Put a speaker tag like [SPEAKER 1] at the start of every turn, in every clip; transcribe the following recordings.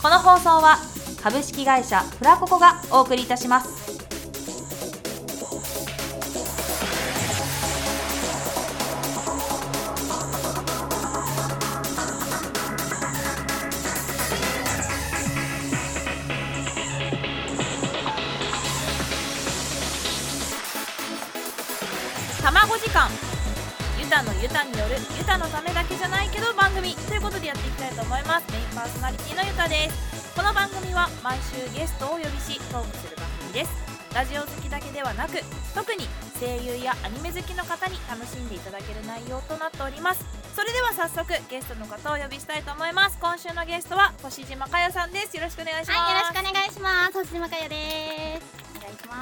[SPEAKER 1] この放送は株式会社フラココがお送りいたします卵時間ユタのユタによるユタのためだけじゃないけど番組ということでやっていきたいと思いますメインパーソナリティのユタですこの番組は毎週ゲストをお呼びしトークする番組ですラジオ好きだけではなく特に声優やアニメ好きの方に楽しんでいただける内容となっておりますそれでは早速ゲストの方をお呼びしたいと思います今週のゲストは星島かやさんですよろしくお願いします、
[SPEAKER 2] はい、よろしくお願いします。星島かよです。お願いしま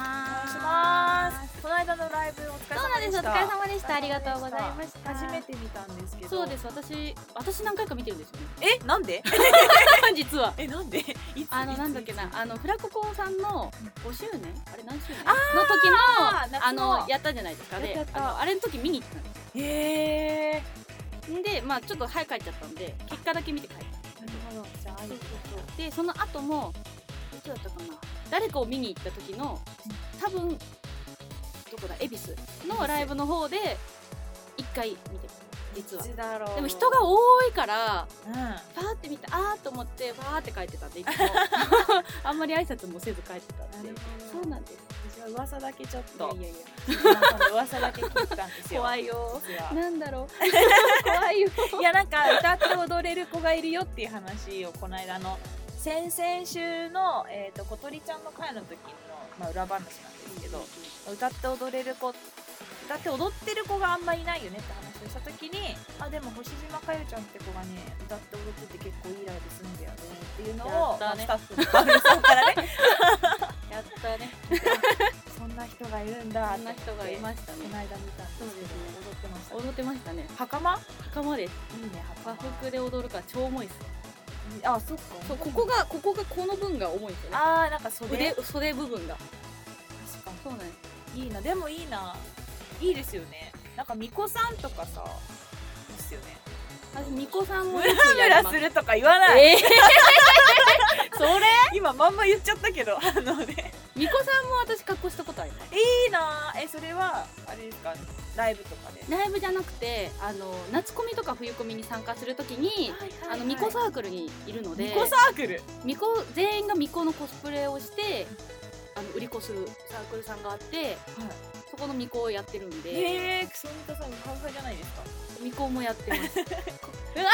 [SPEAKER 1] お
[SPEAKER 2] す。
[SPEAKER 1] 願いしますこの間のライブお疲れ
[SPEAKER 2] そうな
[SPEAKER 1] 様
[SPEAKER 2] ん
[SPEAKER 1] で
[SPEAKER 2] で
[SPEAKER 1] し
[SPEAKER 2] す。お
[SPEAKER 1] た
[SPEAKER 2] 疲れ様でした。ありがとうございました。
[SPEAKER 1] 初めて見たんですけど
[SPEAKER 3] そうです私私何回か見てるんですよね
[SPEAKER 1] えなんで
[SPEAKER 3] 実は
[SPEAKER 1] えなんでいつ
[SPEAKER 3] あの
[SPEAKER 1] いつ
[SPEAKER 3] なんだっけない
[SPEAKER 1] つ
[SPEAKER 3] あのフラココさんの5周年あれ何周年の
[SPEAKER 1] あー
[SPEAKER 3] 時のあ
[SPEAKER 1] 夏
[SPEAKER 3] の
[SPEAKER 1] の
[SPEAKER 3] やったじゃないですか
[SPEAKER 1] や
[SPEAKER 3] で
[SPEAKER 1] った
[SPEAKER 3] あ
[SPEAKER 1] やった
[SPEAKER 3] のあれの時見に行ったんで
[SPEAKER 1] へえ
[SPEAKER 3] すよでまあちょっと早く帰っちゃったんで結果だけ見て帰った
[SPEAKER 1] なるほどじゃああり
[SPEAKER 3] でその後もいつだったかな誰かを見に行った時の多分どこだ恵比寿のライブの方で一回見てます実は
[SPEAKER 1] だろう
[SPEAKER 3] でも人が多いから
[SPEAKER 1] うん
[SPEAKER 3] パーって見てあーと思ってパーって帰ってたん でいつもあんまり挨拶もせず帰ってたんでそうなんです
[SPEAKER 1] じゃあ噂だけちょっ
[SPEAKER 3] いや
[SPEAKER 1] と
[SPEAKER 3] いやい
[SPEAKER 1] なんか噂だけ聞いたんです
[SPEAKER 3] や
[SPEAKER 1] よ
[SPEAKER 3] 怖
[SPEAKER 1] い
[SPEAKER 3] いよ
[SPEAKER 1] 実は
[SPEAKER 3] なんだろ う怖いよ
[SPEAKER 1] いやなんか歌って踊れる子がいるよっていう話をこの間の先々週の、えー、と小鳥ちゃんの会の時の、まあ、裏話なんですけど、歌って踊れる子歌って踊ってる子があんまいないよねって話をした時にあでも星島かゆちゃんって子がね歌って踊ってて結構いいライブするんだよねっていうの
[SPEAKER 3] や
[SPEAKER 1] を、
[SPEAKER 3] ったね
[SPEAKER 1] まあスタッフの番組さんからね
[SPEAKER 3] やったね
[SPEAKER 1] そんな人がいるんだ
[SPEAKER 3] あ
[SPEAKER 1] と
[SPEAKER 3] ん
[SPEAKER 1] 思
[SPEAKER 3] な
[SPEAKER 1] って
[SPEAKER 3] 人がいましたね
[SPEAKER 1] この間見たんですけ
[SPEAKER 3] そ
[SPEAKER 1] ど
[SPEAKER 3] うです
[SPEAKER 1] 踊
[SPEAKER 3] ね
[SPEAKER 1] ってましたね
[SPEAKER 3] 踊ってましたね
[SPEAKER 1] 袴
[SPEAKER 3] 袴です
[SPEAKER 1] いいね
[SPEAKER 3] 和
[SPEAKER 1] 袴
[SPEAKER 3] 服で踊るから超重いっす
[SPEAKER 1] あそっか
[SPEAKER 3] そうここがここがこの分が重いんですよね
[SPEAKER 1] あーなんか袖
[SPEAKER 3] 腕袖部分が
[SPEAKER 1] 確かに
[SPEAKER 3] そうなんです
[SPEAKER 1] いいなでもいいないいですよねなんか巫女さんとかさいいっすよね
[SPEAKER 3] 私巫女 さんも
[SPEAKER 1] ム
[SPEAKER 3] よくや
[SPEAKER 1] ラ
[SPEAKER 3] り
[SPEAKER 1] ムラ
[SPEAKER 3] ます
[SPEAKER 1] するとか言わない、
[SPEAKER 3] え ーそれ
[SPEAKER 1] 今まんま言っちゃったけど あのね
[SPEAKER 3] 巫女さんも私格好したことあります
[SPEAKER 1] いいなえそれはあれですかライブとかで、
[SPEAKER 3] ライブじゃなくてあの夏コミとか冬コミに参加するときに、あの巫女サークルにいるので
[SPEAKER 1] 巫女サークル
[SPEAKER 3] 巫女全員が巫女のコスプレをしてあの売り子するサークルさんがあってそこの巫女をやってるんで
[SPEAKER 1] えー、クソミタさん関西じゃないですか
[SPEAKER 3] 巫女もやってます
[SPEAKER 1] や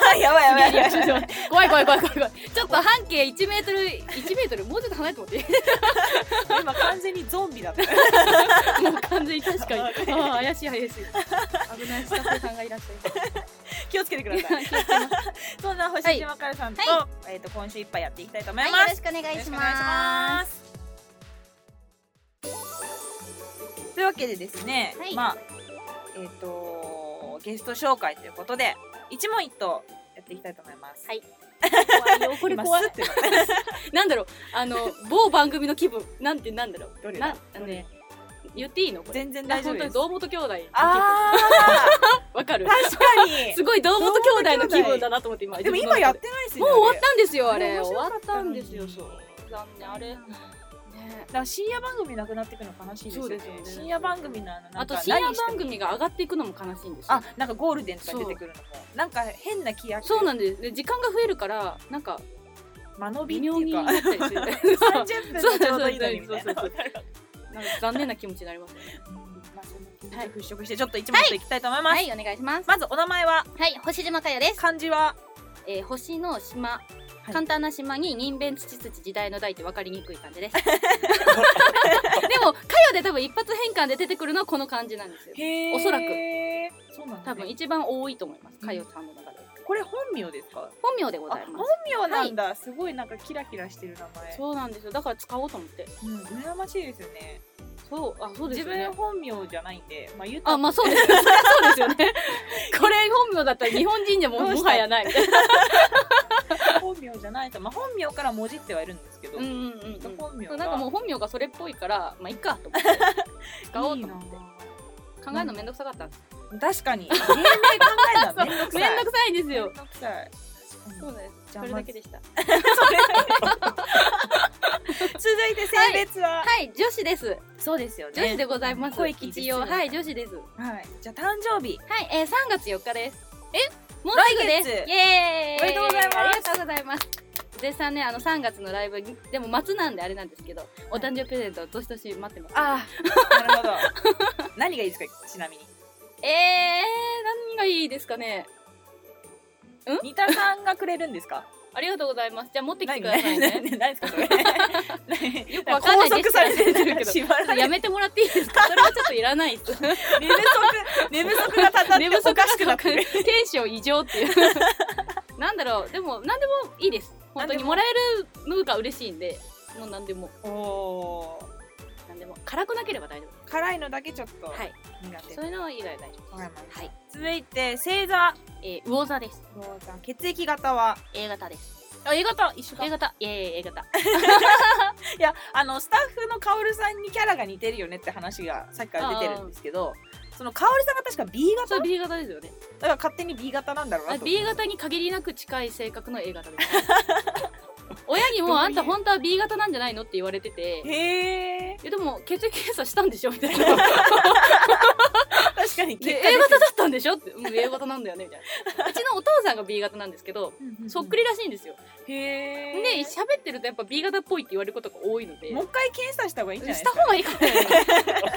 [SPEAKER 1] ばいやばいやばい
[SPEAKER 3] ちょっと待って怖い怖い怖い怖い怖いちょっと半径1メートル1メートルもうちょっと離れてもらって い
[SPEAKER 1] 今完全にゾンビ だった
[SPEAKER 3] い もう完全に確かにあー怪しい怪しい危ないスタッフさんがいらっしゃいま
[SPEAKER 1] 気をつけてくだ
[SPEAKER 3] す
[SPEAKER 1] さいそんな星島かるさんと,、
[SPEAKER 2] は
[SPEAKER 1] えー、と今週いっぱいやっていきたいと思い
[SPEAKER 2] はい、
[SPEAKER 1] ます、
[SPEAKER 2] よろしくお願いします。
[SPEAKER 1] す。というわけでですね、
[SPEAKER 2] はい
[SPEAKER 1] まあえっ、とゲスト紹介ということで一問一答やっていきたいと思います。
[SPEAKER 2] はい
[SPEAKER 3] 怖いよこれ
[SPEAKER 1] 今
[SPEAKER 3] 怖い
[SPEAKER 1] スッてなった
[SPEAKER 3] なんだろうあの某番組の気分なんてなんだろう
[SPEAKER 1] どれだ
[SPEAKER 3] なあのね言っていいのこれ
[SPEAKER 1] 全然大丈夫
[SPEAKER 3] あ
[SPEAKER 1] で
[SPEAKER 3] 本
[SPEAKER 1] す
[SPEAKER 3] 当。に堂本兄弟の気分
[SPEAKER 1] あ
[SPEAKER 3] わかる
[SPEAKER 1] ー確かに。
[SPEAKER 3] す ごい堂本兄弟の気分だなと思って今
[SPEAKER 1] でも今やってないです
[SPEAKER 3] も
[SPEAKER 1] よ
[SPEAKER 3] う
[SPEAKER 1] ね。
[SPEAKER 3] 終わったんですよあ
[SPEAKER 1] あれ
[SPEAKER 3] れ
[SPEAKER 1] 面
[SPEAKER 3] 終
[SPEAKER 1] 白
[SPEAKER 3] わ
[SPEAKER 1] かっ
[SPEAKER 3] ったた
[SPEAKER 1] の
[SPEAKER 3] ん
[SPEAKER 1] に
[SPEAKER 3] ですよそう残念あ
[SPEAKER 1] あれ
[SPEAKER 3] れ
[SPEAKER 1] だから深夜番組なくなっていくの悲しいですよね。
[SPEAKER 3] そうですよね
[SPEAKER 1] 深夜番組のあのな
[SPEAKER 3] あ
[SPEAKER 1] ん
[SPEAKER 3] と
[SPEAKER 1] か
[SPEAKER 3] 深夜
[SPEAKER 1] 何しても
[SPEAKER 3] 番組が上がっていくのも悲しいんですよ
[SPEAKER 1] あなんかゴールデンとか出てくるのもなんか変な気圧
[SPEAKER 3] そうなんですで時間が増えるからなんか
[SPEAKER 1] 間延び
[SPEAKER 3] 微
[SPEAKER 1] って
[SPEAKER 3] 妙
[SPEAKER 1] い
[SPEAKER 3] に
[SPEAKER 1] う
[SPEAKER 3] な
[SPEAKER 1] か
[SPEAKER 3] ったりするなんか
[SPEAKER 1] 三十分がちょうどいいのにみたいな。
[SPEAKER 3] そうそう残念な気持ちになります
[SPEAKER 1] まあそんな気持ちを払拭してちょっと一問一答いきたいと思います、
[SPEAKER 2] はい、お願いします。
[SPEAKER 1] まずお名前は
[SPEAKER 2] はい、星島かよです。
[SPEAKER 1] 漢字は
[SPEAKER 3] えー星の島
[SPEAKER 1] い
[SPEAKER 3] 簡単な島に人弁土土時代の代って分かりにくい感じ ですでもかよで多分一発変換で出てくるのはこの感じなんですよ
[SPEAKER 1] へ
[SPEAKER 3] おそらく
[SPEAKER 1] そうなんだ、ね、
[SPEAKER 3] 多分一番多いと思います、かよさんの中で。
[SPEAKER 1] これ本名ですか
[SPEAKER 3] 本名でご
[SPEAKER 1] あ
[SPEAKER 3] ざいます。
[SPEAKER 1] 本名なんだ、すごいなんかキラキラしてる名前
[SPEAKER 3] そうなんですよ。だから使おうと思って。
[SPEAKER 1] う、ん、羨ましいですよね
[SPEAKER 3] そう、あ、そうです
[SPEAKER 1] 自
[SPEAKER 3] よね
[SPEAKER 1] 分。本名じゃないんでまあ言う
[SPEAKER 3] あ、まあ そうです。そりゃそうですよね。これ本名だったら日本人でも
[SPEAKER 1] どうした
[SPEAKER 3] もはやないみたいな。
[SPEAKER 1] 本名じゃないとまあ本名からもじってはいるんですけど、
[SPEAKER 3] うんうんうんうん。
[SPEAKER 1] 本名
[SPEAKER 3] そ
[SPEAKER 1] が
[SPEAKER 3] うなんかもう本名がそれっぽいから、まあいいかと思って。使おう
[SPEAKER 1] いい
[SPEAKER 3] と
[SPEAKER 1] な
[SPEAKER 3] 思って考えるのめんどくさかったんです
[SPEAKER 1] 確 かに芸名考えたらめんどく
[SPEAKER 3] め
[SPEAKER 1] さい
[SPEAKER 3] んどくさいんですよ
[SPEAKER 1] めんどくさい確か
[SPEAKER 3] そ
[SPEAKER 1] に
[SPEAKER 3] うです
[SPEAKER 1] じゃ
[SPEAKER 3] そ
[SPEAKER 1] あ
[SPEAKER 3] れだけでした
[SPEAKER 1] 続いて性別は、
[SPEAKER 3] はい女子です
[SPEAKER 1] そうですよね
[SPEAKER 3] 女子でございます
[SPEAKER 1] 小池
[SPEAKER 3] 一応
[SPEAKER 1] は
[SPEAKER 3] はい
[SPEAKER 1] い、
[SPEAKER 3] 女子ですは
[SPEAKER 1] はい、じゃあ誕生日
[SPEAKER 3] いえー3月4日ですえもうすぐです
[SPEAKER 1] 来月
[SPEAKER 3] イエーイ
[SPEAKER 1] おめでとうございます
[SPEAKER 3] ありがとうございます絶賛ねあの3月のライブにでも待つなんであれなんですけどお誕生日プレゼントを年々待ってます
[SPEAKER 1] ああなるほど何がいいですかちなみに
[SPEAKER 3] えー何がいいですかね
[SPEAKER 1] 三田さんがくれるんですか
[SPEAKER 3] ありがとうございますじゃあ持ってきて
[SPEAKER 1] 何
[SPEAKER 3] くださいね
[SPEAKER 1] 何何です かそれよ
[SPEAKER 3] くわかんない
[SPEAKER 1] 拘束されてるけ
[SPEAKER 3] です
[SPEAKER 1] ど
[SPEAKER 3] けど
[SPEAKER 1] 縛られて
[SPEAKER 3] やめてもらっていいですかそれはちょっといらないです
[SPEAKER 1] 寝不足寝不足がたたっておかしくなってる
[SPEAKER 3] テンション異常っていう なんだろうでも何でもいいです本
[SPEAKER 1] 何
[SPEAKER 3] 当
[SPEAKER 1] で
[SPEAKER 3] に
[SPEAKER 1] も
[SPEAKER 3] もらえるのが嬉しいんでもう何でも
[SPEAKER 1] お お
[SPEAKER 3] 何でも辛くなければ大丈夫
[SPEAKER 1] ー辛いのだけちょっと
[SPEAKER 3] はい
[SPEAKER 1] 苦
[SPEAKER 3] で
[SPEAKER 1] 手、
[SPEAKER 3] すそういうの以外は大丈夫
[SPEAKER 1] わかりまし
[SPEAKER 3] ですはい
[SPEAKER 1] 続いて星座
[SPEAKER 3] えー、魚座です
[SPEAKER 1] 血液型は
[SPEAKER 3] A 型です
[SPEAKER 1] あ A 型一緒
[SPEAKER 3] A 型イエーイ A 型
[SPEAKER 1] いやあのスタッフのカオルさんにキャラが似てるよねって話がさっきから出てるんですけどそのカオルさんが確か B 型
[SPEAKER 3] そう
[SPEAKER 1] だ
[SPEAKER 3] B 型ですよね
[SPEAKER 1] から勝手に B 型なんだろうな
[SPEAKER 3] あ
[SPEAKER 1] と
[SPEAKER 3] B 型に限りなく近い性格の A 型 です親にもあんた本当は B 型なんじゃないのって言われてて
[SPEAKER 1] へえ
[SPEAKER 3] えでも血液検査したんでしょみたいな
[SPEAKER 1] 確かに
[SPEAKER 3] で
[SPEAKER 1] 結
[SPEAKER 3] A
[SPEAKER 1] 果
[SPEAKER 3] 型だったんでしょって、うん、A 型なんだよねみたい なうちのお父さんが B 型なんですけどそっく
[SPEAKER 1] り
[SPEAKER 3] りらしいんですよで
[SPEAKER 1] へえ
[SPEAKER 3] 喋ってるとやっぱ B 型っぽいって言われることが多いので
[SPEAKER 1] もう一回検査した方がいいんじゃないで
[SPEAKER 3] した
[SPEAKER 1] すか
[SPEAKER 3] 方がいいかも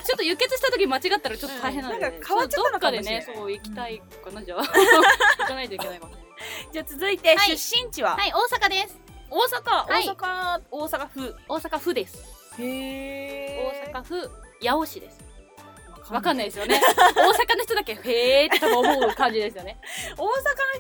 [SPEAKER 3] ちょっと輸血した時間違ったらちょっと大変なので、
[SPEAKER 1] うんなんか変わっちゃったのかもしれない
[SPEAKER 3] ちょっとどっかでねそう行きたいかな、じゃあ行かないといけないかもしれない
[SPEAKER 1] じゃあ続いて
[SPEAKER 2] はい
[SPEAKER 1] 出身地は
[SPEAKER 2] はい、大阪です。
[SPEAKER 1] 大阪
[SPEAKER 3] はい
[SPEAKER 1] 大阪大阪府
[SPEAKER 3] 大阪府です
[SPEAKER 1] へ
[SPEAKER 3] 大阪府八尾市です
[SPEAKER 1] 阪
[SPEAKER 3] わかんないいですよね大阪の人だけへーって多分思う感じですよね
[SPEAKER 1] 大阪の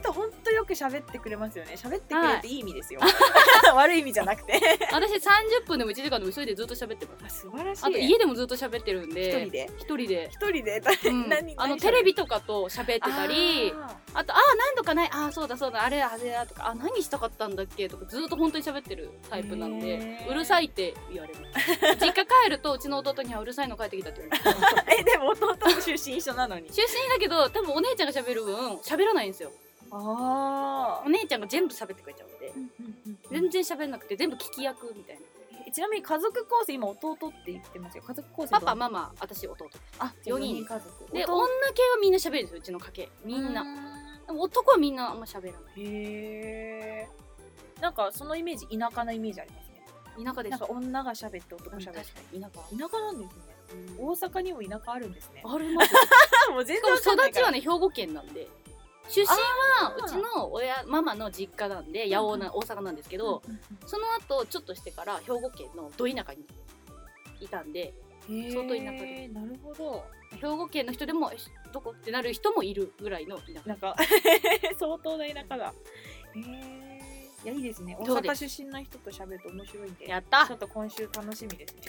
[SPEAKER 1] 人本当よく喋ってくれますよね喋ってくれ
[SPEAKER 3] は
[SPEAKER 1] っ
[SPEAKER 3] い
[SPEAKER 1] ていい意味ですよ 悪い意味じゃなくて
[SPEAKER 3] 私30分でも1時間でも急いでずっと喋ってます
[SPEAKER 1] あ 素晴らしい
[SPEAKER 3] あと家でもずっと喋ってるん
[SPEAKER 1] 一人
[SPEAKER 3] で
[SPEAKER 1] で
[SPEAKER 3] 一人で
[SPEAKER 1] 一人で
[SPEAKER 3] うん
[SPEAKER 1] 何
[SPEAKER 3] あ
[SPEAKER 1] 何喋
[SPEAKER 3] の
[SPEAKER 1] る
[SPEAKER 3] テレビとかと喋ってたり
[SPEAKER 1] あ
[SPEAKER 3] あと、ああ、何度かない、ああ、そうだそうだ、あれだ、あれだとか、あ何したかったんだっけとか、ずっと本当に喋ってるタイプなん
[SPEAKER 1] へ
[SPEAKER 3] で、
[SPEAKER 1] ー
[SPEAKER 3] うるさいって言われる。 実家帰ると、うちの弟にはうるさいの帰ってきたって言われ
[SPEAKER 1] ー
[SPEAKER 3] る。
[SPEAKER 1] えでも弟も出身一緒なのに
[SPEAKER 3] 出身だけど、多分お姉ちゃんが喋る分、喋らないんですよ。
[SPEAKER 1] あ
[SPEAKER 3] お姉ちゃんが全部喋ってくれちゃうんで、全
[SPEAKER 1] 全
[SPEAKER 3] 然喋らなくて、全部聞き役みたいな。
[SPEAKER 1] ちなみに家族構成今弟って言ってますよ家族構成
[SPEAKER 3] パパ、
[SPEAKER 1] どう
[SPEAKER 3] ママ、私、弟。
[SPEAKER 1] あ
[SPEAKER 3] 四人
[SPEAKER 1] 四家族
[SPEAKER 3] で、女
[SPEAKER 1] 弟
[SPEAKER 3] 系はみんな喋るんですよ、うちの家系。みん
[SPEAKER 1] う
[SPEAKER 3] な。
[SPEAKER 1] ーん
[SPEAKER 3] でも男はみんなあんま喋らな
[SPEAKER 1] へえなんかそのイメージ田舎のイメージありますね
[SPEAKER 3] い。田舎で
[SPEAKER 1] なん
[SPEAKER 3] す
[SPEAKER 1] か。女が喋って男
[SPEAKER 3] うん
[SPEAKER 1] 喋
[SPEAKER 3] 確
[SPEAKER 1] って
[SPEAKER 3] かに、田舎。
[SPEAKER 1] 田舎なんですね大阪にも田舎あるんですね
[SPEAKER 3] あれます
[SPEAKER 1] もう全
[SPEAKER 3] しかも
[SPEAKER 1] わ かんない
[SPEAKER 3] 育ちは
[SPEAKER 1] から
[SPEAKER 3] ね兵庫県なんで出身は
[SPEAKER 1] あー
[SPEAKER 3] うちの親ママの実家なんで八尾な大阪なんですけど、その後ちょっとしてから兵庫県のど田舎にいたんで
[SPEAKER 1] へー
[SPEAKER 3] 相当田舎で
[SPEAKER 1] なるほど
[SPEAKER 3] 兵庫県の人でもえどこってなる人もいるぐらいの田舎
[SPEAKER 1] なんか 相当な田舎だへえいやいいですね大
[SPEAKER 3] どうで
[SPEAKER 1] 阪
[SPEAKER 3] す
[SPEAKER 1] 出身の人と喋ると面白いんで
[SPEAKER 3] やった
[SPEAKER 1] ちょっと今週楽しみですね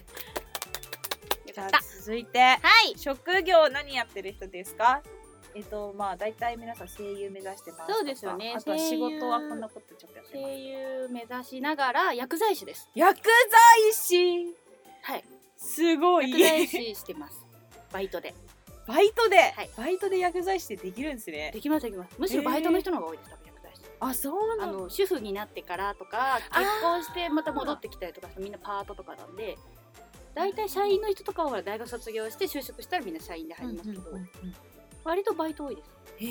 [SPEAKER 1] じ
[SPEAKER 3] や
[SPEAKER 1] ゃ
[SPEAKER 3] っ
[SPEAKER 1] あ
[SPEAKER 3] た
[SPEAKER 1] 続いて
[SPEAKER 2] はい。
[SPEAKER 1] 職業何やってる人ですかえっとまあ大体皆さん声優目指してますとか
[SPEAKER 3] そうですよね
[SPEAKER 1] あとは
[SPEAKER 3] 声優
[SPEAKER 1] 仕事はこんなことちょっとやってます
[SPEAKER 3] 声優目指しながら薬剤師です
[SPEAKER 1] 薬剤師
[SPEAKER 3] はい
[SPEAKER 1] すごい
[SPEAKER 3] 薬剤師してますバイトで
[SPEAKER 1] バイトで、
[SPEAKER 3] い
[SPEAKER 1] バイトで薬剤師ってできるんですね
[SPEAKER 3] できますできますむしろバイトの人の方が多いです多分薬剤師
[SPEAKER 1] あそう
[SPEAKER 3] あ
[SPEAKER 1] なの
[SPEAKER 3] の主婦になってからとか
[SPEAKER 1] あー
[SPEAKER 3] 結婚してまた戻ってきたりとかみんなパートとかなんで大体社員の人とかはほら大学卒業して就職したらみんな社員で入りますけど、割とバイト多いです、
[SPEAKER 1] へ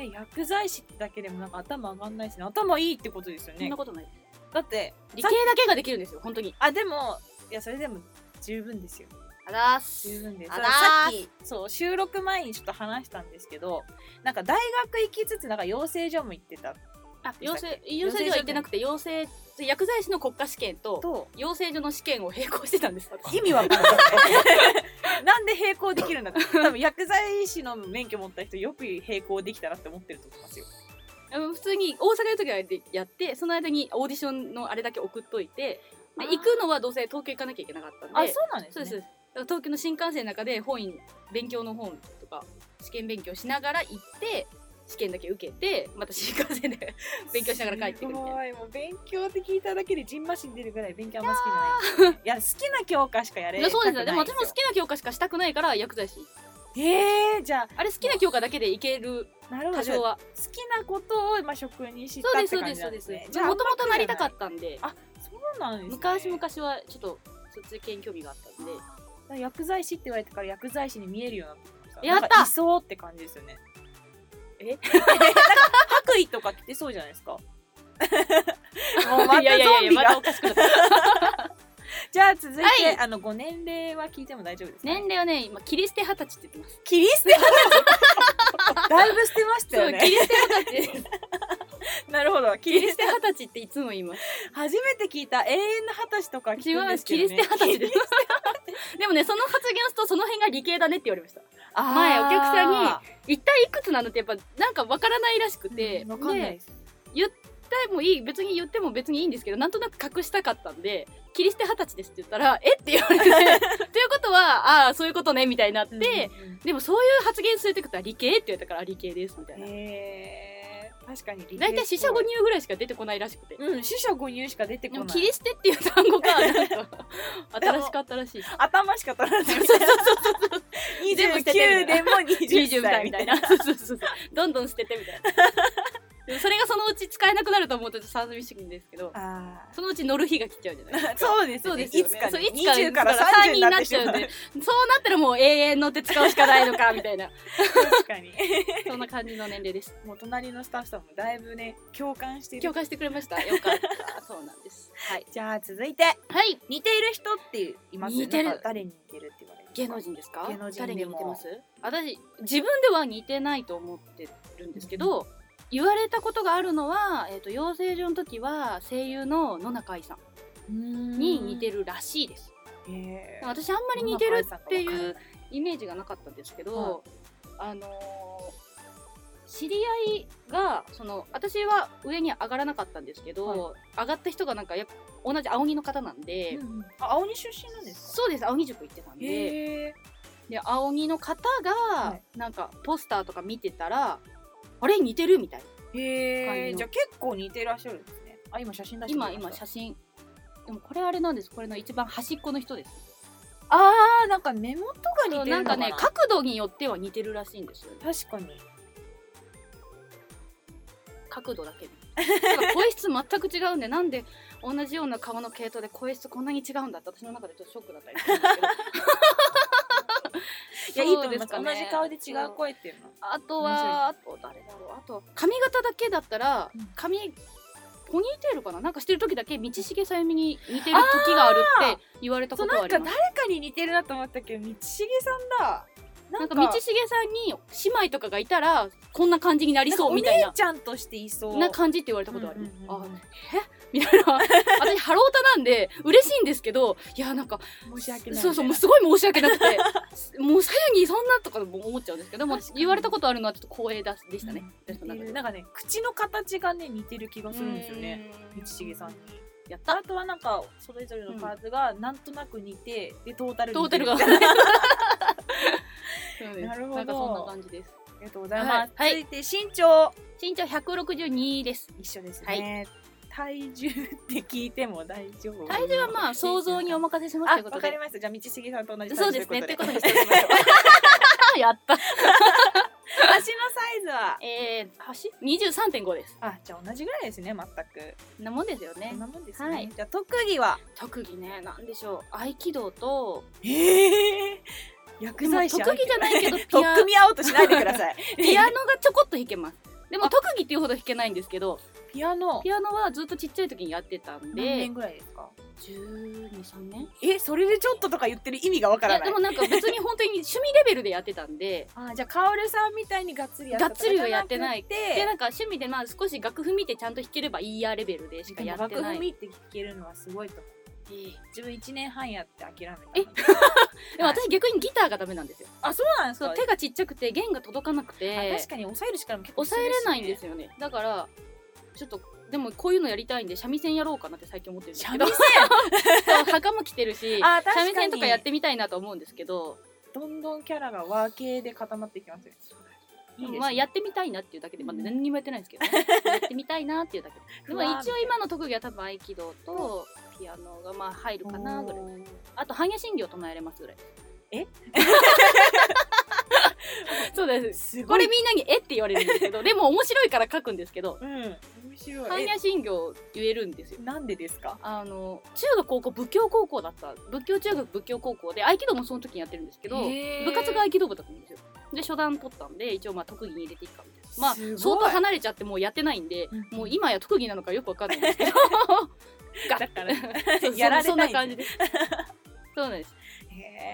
[SPEAKER 1] え薬剤師ってだけでもなんか頭上がんないですね頭いいってことですよ
[SPEAKER 3] そん
[SPEAKER 1] ね
[SPEAKER 3] なことないです
[SPEAKER 1] だって
[SPEAKER 3] 理
[SPEAKER 1] さ
[SPEAKER 3] 系
[SPEAKER 1] っ
[SPEAKER 3] だけができるんですよ本当に
[SPEAKER 1] あでもいやそれでも十分ですよ
[SPEAKER 3] あらー
[SPEAKER 1] 十
[SPEAKER 3] す
[SPEAKER 1] 分です
[SPEAKER 3] あ
[SPEAKER 1] さ
[SPEAKER 3] ら
[SPEAKER 1] っきそう収録前にちょっと話したんですけどなんか大学行きつつなんか養成所も行ってた
[SPEAKER 3] あ
[SPEAKER 1] でした
[SPEAKER 3] 養
[SPEAKER 1] っけ
[SPEAKER 3] 成養成所は行ってなくて養成薬剤師の国家試験と
[SPEAKER 1] と
[SPEAKER 3] 養成所の試験を並行してたんです
[SPEAKER 1] 意味わか んないなんで並行できるんだって多分薬剤師の免許持った人よく並行できたなって思ってると思いますよ
[SPEAKER 3] うん普通に大阪の時はやってその間にオーディションのあれだけ送っといて
[SPEAKER 1] あ
[SPEAKER 3] で
[SPEAKER 1] ー
[SPEAKER 3] 行くのはどうせ東京行かなきゃいけなかったん
[SPEAKER 1] う
[SPEAKER 3] で
[SPEAKER 1] なんで
[SPEAKER 3] そうです、だから東京の新幹線の中で本院勉強の本とか試験勉強しながら行って試験だけ受けてまた新幹線で勉強しながら帰ってくるみたいな
[SPEAKER 1] すごいもう勉強って聞いただけでジンマシン出るぐらい勉強あんま好きじゃないいや好きな教科しかやれ
[SPEAKER 3] い
[SPEAKER 1] な
[SPEAKER 3] や
[SPEAKER 1] い
[SPEAKER 3] そうですよでも私も好きな教科しかしたくないから薬剤師
[SPEAKER 1] えー、じゃ
[SPEAKER 3] あれ好きな教科だけでいける
[SPEAKER 1] あなるほど
[SPEAKER 3] 多
[SPEAKER 1] じゃあ
[SPEAKER 3] 少
[SPEAKER 1] 好
[SPEAKER 3] は
[SPEAKER 1] きなことをまあ職にした
[SPEAKER 3] そうで
[SPEAKER 1] っ
[SPEAKER 3] す
[SPEAKER 1] て
[SPEAKER 3] そう
[SPEAKER 1] 感
[SPEAKER 3] で
[SPEAKER 1] じな
[SPEAKER 3] すそ
[SPEAKER 1] ん
[SPEAKER 3] う
[SPEAKER 1] で
[SPEAKER 3] ですす
[SPEAKER 1] ねじゃあ
[SPEAKER 3] もともとなりたか
[SPEAKER 1] た
[SPEAKER 3] ったんで
[SPEAKER 1] そうなんです、ね、
[SPEAKER 3] 昔々はちょっとそっち系に興味があったんで
[SPEAKER 1] 薬剤師って言われてから薬剤師に見えるようになってきました
[SPEAKER 3] やった
[SPEAKER 1] なんかいそうって感じですよね
[SPEAKER 3] え
[SPEAKER 1] 白衣とか着てそうじゃないですかもうまたゾン
[SPEAKER 3] いやいやいや
[SPEAKER 1] ビ
[SPEAKER 3] また
[SPEAKER 1] が
[SPEAKER 3] おかしくなった
[SPEAKER 1] じゃあ続いて、
[SPEAKER 3] はい
[SPEAKER 1] あのご年齢は聞いても大丈夫ですか、
[SPEAKER 3] 年齢はね今切り捨て二十歳って言ってます
[SPEAKER 1] 切り捨て話 だいぶ捨てましたよ
[SPEAKER 3] そう切
[SPEAKER 1] ね
[SPEAKER 3] り捨て二十歳
[SPEAKER 1] なるほど切
[SPEAKER 3] 切
[SPEAKER 1] り
[SPEAKER 3] り
[SPEAKER 1] 捨
[SPEAKER 3] 捨
[SPEAKER 1] て
[SPEAKER 3] て二十歳っていつも言います
[SPEAKER 1] 初めて聞いた永遠の二十歳とか聞
[SPEAKER 3] 違
[SPEAKER 1] くん
[SPEAKER 3] う
[SPEAKER 1] ですけ
[SPEAKER 3] 切
[SPEAKER 1] ど、ね、
[SPEAKER 3] り捨て二十歳です でもねその発言をするとその辺が理系だねって言われました前お客さんに一体いくつなのってやっぱなんかわからないらしくて、
[SPEAKER 1] 分かんない
[SPEAKER 3] で
[SPEAKER 1] です
[SPEAKER 3] 言ってもいい別に言っても別にいいんですけどなんとなく隠したかったんで「切り捨て二十歳です」って言ったら「えっ?」て言われてと いうことは「ああそういうことね」みたいになって、
[SPEAKER 1] うんうん
[SPEAKER 3] でもそういう発言するってことは理系って言ったからあ理系ですみたいな
[SPEAKER 1] へー確かに理系っぽ
[SPEAKER 3] 大体四捨五入ぐらいしか出てこないらしくて、
[SPEAKER 1] うん四捨五入しか出て
[SPEAKER 3] で
[SPEAKER 1] こ
[SPEAKER 3] も
[SPEAKER 1] な
[SPEAKER 3] 切
[SPEAKER 1] い
[SPEAKER 3] り捨てっていう単語がなんか 新しかったらしい
[SPEAKER 1] 頭しか取らない
[SPEAKER 3] そうそうそう
[SPEAKER 1] 二十
[SPEAKER 3] 全部捨てて
[SPEAKER 1] 九
[SPEAKER 3] みた
[SPEAKER 1] で
[SPEAKER 3] い
[SPEAKER 1] も二十歳
[SPEAKER 3] 20代
[SPEAKER 1] み
[SPEAKER 3] み
[SPEAKER 1] た
[SPEAKER 3] た
[SPEAKER 1] い
[SPEAKER 3] い
[SPEAKER 1] な
[SPEAKER 3] な そうそうそうどんどん捨ててみたいな でもそれがそのうち使えなくなると思うとちょっと寂しいんですけど
[SPEAKER 1] あ
[SPEAKER 3] そのうち乗る日が来ちゃうじゃないですか
[SPEAKER 1] そうです
[SPEAKER 3] そ
[SPEAKER 1] よ
[SPEAKER 3] う
[SPEAKER 1] ね
[SPEAKER 3] ですよ
[SPEAKER 1] い
[SPEAKER 3] ね
[SPEAKER 1] つか
[SPEAKER 3] そう
[SPEAKER 1] ね
[SPEAKER 3] いつか
[SPEAKER 1] 20から
[SPEAKER 3] そう
[SPEAKER 1] 30
[SPEAKER 3] 3
[SPEAKER 1] に
[SPEAKER 3] に
[SPEAKER 1] な
[SPEAKER 3] な
[SPEAKER 1] っ
[SPEAKER 3] ってて
[SPEAKER 1] し
[SPEAKER 3] し
[SPEAKER 1] まう
[SPEAKER 3] まうねそうなったらもう永遠乗って使うしかないのかみたいな
[SPEAKER 1] あ確かに
[SPEAKER 3] そんな感じの年 齢です
[SPEAKER 1] もう隣のスタッフさんもだいぶね共感して
[SPEAKER 3] 共
[SPEAKER 1] る
[SPEAKER 3] 感してくれましたよかったそうなんですはい、
[SPEAKER 1] じゃあ続いて
[SPEAKER 3] はい、
[SPEAKER 1] 似ている人っています
[SPEAKER 3] 似てる
[SPEAKER 1] なんか誰に似てるって言われる
[SPEAKER 3] 芸能人ですか
[SPEAKER 1] 芸能人
[SPEAKER 3] 誰
[SPEAKER 1] で
[SPEAKER 3] に
[SPEAKER 1] も
[SPEAKER 3] 似てます私自分では似てないと思ってるんですけど、言われたことがあるのは、えー、と養成所の時は声優の野中愛さんに似て
[SPEAKER 1] る
[SPEAKER 3] るらしいです。
[SPEAKER 1] へー
[SPEAKER 3] 私あんまり似てるって
[SPEAKER 1] どんな声さんかわかん
[SPEAKER 3] い
[SPEAKER 1] な
[SPEAKER 3] うイメージがなかったんですけど、あのー知り合いがその私は上に上がらなかったんですけど、上がった人がなんかやっぱ同じ青木の方なんで、
[SPEAKER 1] うんうんあ青鬼出身なんですか
[SPEAKER 3] そうです青木塾行ってたんで
[SPEAKER 1] へえ
[SPEAKER 3] で青木の方
[SPEAKER 1] は
[SPEAKER 3] がなんかポスターとか見てたらあれ似てるみたいな
[SPEAKER 1] へ
[SPEAKER 3] 感
[SPEAKER 1] え
[SPEAKER 3] じの
[SPEAKER 1] じゃあ結構似てらっしゃるんですねあ今写真出して
[SPEAKER 3] 今今写真でもこれあれなんですこれの一番端っこの人です
[SPEAKER 1] ああなんか目元が似てるのかな
[SPEAKER 3] なんかね角度によっては似てるらしいんですよね
[SPEAKER 1] 確かに
[SPEAKER 3] 角度だけでなんか声質全く違うんでなんで同じような顔の系統で声質こんなに違うんだって私の中でちょっとショックだったりするん です
[SPEAKER 1] い
[SPEAKER 3] け
[SPEAKER 1] や
[SPEAKER 3] ど
[SPEAKER 1] いいと思い
[SPEAKER 3] そ
[SPEAKER 1] ま
[SPEAKER 3] う
[SPEAKER 1] す
[SPEAKER 3] でか
[SPEAKER 1] 同
[SPEAKER 3] ね
[SPEAKER 1] じ顔で違う声っていうのは
[SPEAKER 3] あとはあと誰だろうあと髪型だけだったら
[SPEAKER 1] うん
[SPEAKER 3] 髪ポニーテールかななんかしてる時だけ道重さゆみに似てる時があるって言われた
[SPEAKER 1] そ
[SPEAKER 3] こ
[SPEAKER 1] う
[SPEAKER 3] と
[SPEAKER 1] な
[SPEAKER 3] はあ
[SPEAKER 1] ん
[SPEAKER 3] り
[SPEAKER 1] か
[SPEAKER 3] ま
[SPEAKER 1] 誰
[SPEAKER 3] す
[SPEAKER 1] かに似てるなと思ったけど道重さんだ
[SPEAKER 3] な
[SPEAKER 1] なんん
[SPEAKER 3] か
[SPEAKER 1] か
[SPEAKER 3] 道重さんに姉妹とかがいたらこんな感じになりそうみたい
[SPEAKER 1] お
[SPEAKER 3] な
[SPEAKER 1] 姉ちゃんとしていそう
[SPEAKER 3] な感じって言われたことありま
[SPEAKER 1] う
[SPEAKER 3] す、
[SPEAKER 1] んうんうん
[SPEAKER 3] あみたいな私ハロータなんで嬉しいんですけどいやなんか
[SPEAKER 1] 申し訳ない
[SPEAKER 3] そうそうもう
[SPEAKER 1] み
[SPEAKER 3] すごい申し訳なくてもうさゆにそんなとかも思っちゃうんですけども
[SPEAKER 1] 確かに
[SPEAKER 3] 言われたことあるのはちょっと光栄だでしたた
[SPEAKER 1] い
[SPEAKER 3] ね、
[SPEAKER 1] な
[SPEAKER 3] 私
[SPEAKER 1] 似て
[SPEAKER 3] の中
[SPEAKER 1] る
[SPEAKER 3] で
[SPEAKER 1] なんかね口の形がね似てる気がするんですよね
[SPEAKER 3] う
[SPEAKER 1] 道重さんに
[SPEAKER 3] やった
[SPEAKER 1] あとはなんかそれぞれのパーツがなんとなく似てでトータル
[SPEAKER 3] トー
[SPEAKER 1] 似
[SPEAKER 3] タ
[SPEAKER 1] てる
[SPEAKER 3] ルが
[SPEAKER 1] あ
[SPEAKER 3] そうです
[SPEAKER 1] なるほど
[SPEAKER 3] なんかそんな感じです
[SPEAKER 1] りがとうございます
[SPEAKER 3] は
[SPEAKER 1] 続
[SPEAKER 3] い
[SPEAKER 1] いて身長
[SPEAKER 3] 身長162です
[SPEAKER 1] 一緒ですね体重って聞いても大丈夫
[SPEAKER 3] 体重はまあ想像にお任せします
[SPEAKER 1] あ
[SPEAKER 3] というこ
[SPEAKER 1] わ
[SPEAKER 3] と
[SPEAKER 1] かり
[SPEAKER 3] で
[SPEAKER 1] ましたじゃあ道重さんと同じ
[SPEAKER 3] そ
[SPEAKER 1] 体
[SPEAKER 3] う
[SPEAKER 1] 重
[SPEAKER 3] ですねっ
[SPEAKER 1] という
[SPEAKER 3] て
[SPEAKER 1] こと
[SPEAKER 3] こ
[SPEAKER 1] とで
[SPEAKER 3] にしておきましょう やった
[SPEAKER 1] 足のサイズは
[SPEAKER 3] えー、端23.5です
[SPEAKER 1] あじゃあ同じぐらいですね全く
[SPEAKER 3] そんなもんですよね
[SPEAKER 1] そんなもんですね、
[SPEAKER 3] はい
[SPEAKER 1] じゃあ特技は
[SPEAKER 3] 特技ねなんでしょう合気道と
[SPEAKER 1] ええ薬剤師
[SPEAKER 3] でも特技じ ゃないけど
[SPEAKER 1] 取っ組み合おうとしないでください
[SPEAKER 3] ピアノがちょこっと弾けますでも特技っていうほど弾けないんですけど
[SPEAKER 1] ピアノ
[SPEAKER 3] ピアノはずっとちっちゃい時にやってたん
[SPEAKER 1] 何
[SPEAKER 3] で
[SPEAKER 1] 年ぐらいですか
[SPEAKER 3] 123年
[SPEAKER 1] えそれでちょっととか言ってる意味がわか
[SPEAKER 3] い
[SPEAKER 1] ら
[SPEAKER 3] や
[SPEAKER 1] ない
[SPEAKER 3] でもなんか別に本当に趣味レベルでやってた んで
[SPEAKER 1] あじゃあカオルさんみたいにがっつりやったとかじゃ
[SPEAKER 3] がっつりはやってない
[SPEAKER 1] くて
[SPEAKER 3] でなんか趣味でまあ少し楽譜見てちゃんと弾ければいいやレベルでしか
[SPEAKER 1] で
[SPEAKER 3] や
[SPEAKER 1] も
[SPEAKER 3] って
[SPEAKER 1] 楽
[SPEAKER 3] ない
[SPEAKER 1] 譜
[SPEAKER 3] で
[SPEAKER 1] 見て聞けるのはすごいと思う自分1年半やって諦めた
[SPEAKER 3] えも
[SPEAKER 1] はい
[SPEAKER 3] 私逆にギターがダメなんですよ
[SPEAKER 1] あそうなんです
[SPEAKER 3] そう
[SPEAKER 1] か
[SPEAKER 3] 手がちっちゃくて弦が届かなくて
[SPEAKER 1] あ確かに抑える力も結構
[SPEAKER 3] 抑えれないんですすよねだからちょっとでもこういうのやりたいんで三味線やろうかなって最近思ってるんですけど
[SPEAKER 1] 三味
[SPEAKER 3] そう袴も着てるし
[SPEAKER 1] あ確かに
[SPEAKER 3] 三味線とかやってみたいなと思うんですけど
[SPEAKER 1] どんどんキャラが和系で固まっていきますよいいですね
[SPEAKER 3] まあやってみたいなっていうだけで、まあ、
[SPEAKER 1] うん
[SPEAKER 3] 何にもやってないんですけど ね、やってみたいなっていうだけででも
[SPEAKER 1] うわー
[SPEAKER 3] 一応今の特技は多分合気道とピアノがまあ入るかなぐらいあと般若心経唱えれますぐらい
[SPEAKER 1] え
[SPEAKER 3] そうです
[SPEAKER 1] す
[SPEAKER 3] こ
[SPEAKER 1] ごい
[SPEAKER 3] れみんなに「えっ?」て言われるんで すけどでも面白いから書くんですけど
[SPEAKER 1] うん面白
[SPEAKER 3] 般
[SPEAKER 1] い
[SPEAKER 3] 若心経言えるんですよ
[SPEAKER 1] えなんでですか
[SPEAKER 3] あの中学高校仏教高校だった仏教中学仏教高校で合気道もその時にやってるんですけど
[SPEAKER 1] へー
[SPEAKER 3] 部活が合気道部だったんですよで初段取ったんで一応まあ特技に入れていくかみたいなまあ
[SPEAKER 1] すごい
[SPEAKER 3] 相当離れちゃってもうやってないんで
[SPEAKER 1] うん
[SPEAKER 3] もう今や特技なのかよくわかんないんです けどガッ
[SPEAKER 1] だ から
[SPEAKER 3] そう
[SPEAKER 1] やられない
[SPEAKER 3] そんな感じですそうなんです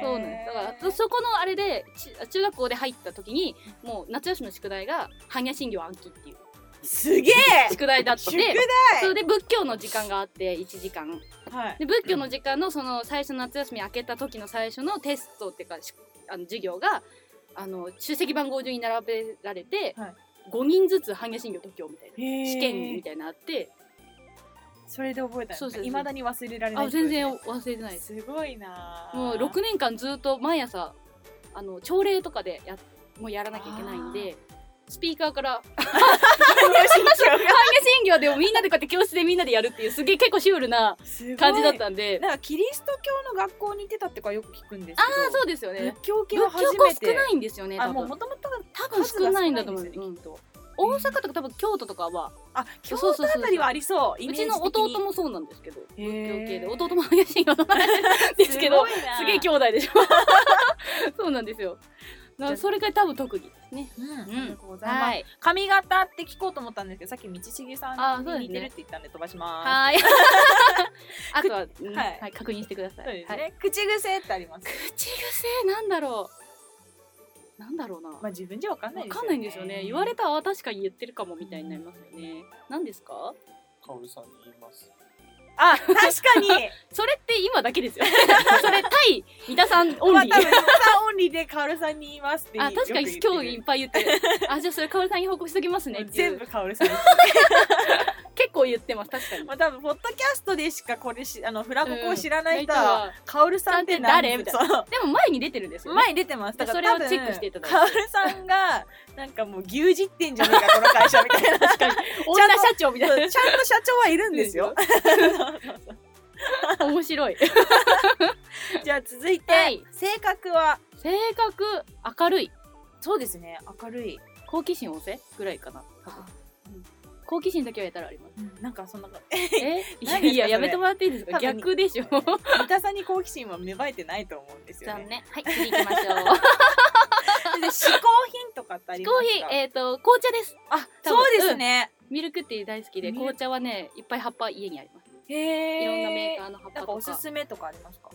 [SPEAKER 3] そうなんですだからそこのあれでち中学校で入った時にもう夏休みの宿題が般若心経暗記っていう
[SPEAKER 1] すげえ
[SPEAKER 3] 宿題だったん
[SPEAKER 1] 宿
[SPEAKER 3] で
[SPEAKER 1] 題
[SPEAKER 3] それで仏教の時間があって1時間
[SPEAKER 1] はい
[SPEAKER 3] で仏教の時間のその最初の夏休み明けた時の最初のテストっていうかしあの授業があの出席番号順に並べられて、
[SPEAKER 1] はい
[SPEAKER 3] 5人ずつ般若心経を解きようみたいな試
[SPEAKER 1] 試
[SPEAKER 3] 験みたいなのあって
[SPEAKER 1] それで覚えた
[SPEAKER 3] そ
[SPEAKER 1] の
[SPEAKER 3] うそ
[SPEAKER 1] か
[SPEAKER 3] うそう
[SPEAKER 1] いまだに忘れられない
[SPEAKER 3] あ全然忘れてないです
[SPEAKER 1] すごいな
[SPEAKER 3] もう6年間ずっと毎朝あの朝礼とかでやもうやらなきゃいけないんでスピーカーから「般若心経」でもみんなでこうやって教室でみんなでやるっていうすげえ結構シュールな感じだったんで
[SPEAKER 1] なんかキリスト教の学校に行ってたってかよく聞くんですけど
[SPEAKER 3] ああそうですよね
[SPEAKER 1] 仏教系
[SPEAKER 3] 仏
[SPEAKER 1] は
[SPEAKER 3] 教
[SPEAKER 1] 初
[SPEAKER 3] 校
[SPEAKER 1] め
[SPEAKER 3] 少
[SPEAKER 1] て
[SPEAKER 3] ないんですよね
[SPEAKER 1] あ
[SPEAKER 3] 多
[SPEAKER 1] もう
[SPEAKER 3] 分
[SPEAKER 1] もともと
[SPEAKER 3] 多分少ないんだと思う
[SPEAKER 1] 数が少ないんですよねきっと
[SPEAKER 3] 大阪とか多分京都とかは
[SPEAKER 1] あ
[SPEAKER 3] そ
[SPEAKER 1] 京
[SPEAKER 3] うそう
[SPEAKER 1] 都
[SPEAKER 3] そうそう
[SPEAKER 1] あたりはありそうイ
[SPEAKER 3] う
[SPEAKER 1] メージ
[SPEAKER 3] ち
[SPEAKER 1] 的に
[SPEAKER 3] の弟もそうなんですけど
[SPEAKER 1] へ
[SPEAKER 3] 仏
[SPEAKER 1] ー
[SPEAKER 3] 教系で弟も怪しいようなですけど
[SPEAKER 1] ごいな
[SPEAKER 3] すげえ兄弟でしょ そうなんですよだからそれが多分特技ですね
[SPEAKER 1] うん、ありがとうございます、
[SPEAKER 3] はい
[SPEAKER 1] 髪型って聞こうと思ったんですけどさっき道重さ
[SPEAKER 3] あ
[SPEAKER 1] ん
[SPEAKER 3] そうです
[SPEAKER 1] に
[SPEAKER 3] ね
[SPEAKER 1] 似てるって言ったんで飛ばしま
[SPEAKER 3] はい あとは、うん
[SPEAKER 1] はい
[SPEAKER 3] はい、確認してくださ
[SPEAKER 1] す
[SPEAKER 3] い、
[SPEAKER 1] そうです
[SPEAKER 3] は
[SPEAKER 1] ね、
[SPEAKER 3] い、
[SPEAKER 1] 口癖ってあります
[SPEAKER 3] 口癖なんだろうなんだろうな
[SPEAKER 1] まあ自分じゃわかんない
[SPEAKER 3] わ
[SPEAKER 1] ですよね
[SPEAKER 3] かんないんですよね言われたらあ確かに言ってるかもみたいになりますよね何ですか
[SPEAKER 4] カオルさんに言います。
[SPEAKER 1] あ確かに
[SPEAKER 3] それって今だけですよ それ対三田さん オ
[SPEAKER 1] ま
[SPEAKER 3] ン
[SPEAKER 1] あ
[SPEAKER 3] リ
[SPEAKER 1] 多分
[SPEAKER 3] ー
[SPEAKER 1] さオンリーでカオルさんに言いますって
[SPEAKER 3] あ確かに今日いっぱい言ってるあじゃあそれ薫さんに報告しときますねってい
[SPEAKER 1] 全
[SPEAKER 3] う
[SPEAKER 1] 部カオルさんです
[SPEAKER 3] 結構言ってます確かに
[SPEAKER 1] まあ多分ポッドキャストでしかこれしあのフラココを知らない人
[SPEAKER 3] うん
[SPEAKER 1] は、カオルさんって
[SPEAKER 3] さんって誰みたい
[SPEAKER 1] な
[SPEAKER 3] でも前に出てるんですよ、ね、
[SPEAKER 1] 前に出てますだから
[SPEAKER 3] それを
[SPEAKER 1] 多分
[SPEAKER 3] チェックしていただいて
[SPEAKER 1] カオルさんがなんかもう牛耳ってんじゃねえかこの会社みたいな
[SPEAKER 3] 確かに女社長み
[SPEAKER 1] ちゃ
[SPEAKER 3] た
[SPEAKER 1] ん
[SPEAKER 3] いな
[SPEAKER 1] と社長はいるんですよ
[SPEAKER 3] 面白い
[SPEAKER 1] じゃあ続いて、
[SPEAKER 3] はい
[SPEAKER 1] 性格は
[SPEAKER 3] 性格明るい
[SPEAKER 1] そうですね明るい、
[SPEAKER 3] 好奇心旺盛ぐらいかな多分好奇心だけはやったらあり ます
[SPEAKER 1] なんかそんな感
[SPEAKER 3] えいや
[SPEAKER 1] 何ですか
[SPEAKER 3] いや
[SPEAKER 1] それ
[SPEAKER 3] やめてもらっていいです
[SPEAKER 1] 多
[SPEAKER 3] か
[SPEAKER 1] 分
[SPEAKER 3] 逆で しょ
[SPEAKER 1] じ三田さんに好奇心は芽生えてないと思うんですよ
[SPEAKER 3] 残
[SPEAKER 1] ね
[SPEAKER 3] 念はい次行きましょ う
[SPEAKER 1] で嗜好品とかってあり
[SPEAKER 3] 嗜
[SPEAKER 1] ま
[SPEAKER 3] 好
[SPEAKER 1] すか
[SPEAKER 3] 品えっ、と紅茶です
[SPEAKER 1] あ
[SPEAKER 3] 多分
[SPEAKER 1] そうですね、
[SPEAKER 3] ミルクティー大好きで
[SPEAKER 1] ミルク
[SPEAKER 3] 紅茶はねいっぱい葉っぱ家にあります
[SPEAKER 1] へえ
[SPEAKER 3] いろんなメーカーの葉っぱ
[SPEAKER 1] な
[SPEAKER 3] と
[SPEAKER 1] ん
[SPEAKER 3] か
[SPEAKER 1] かおすすめとかありますか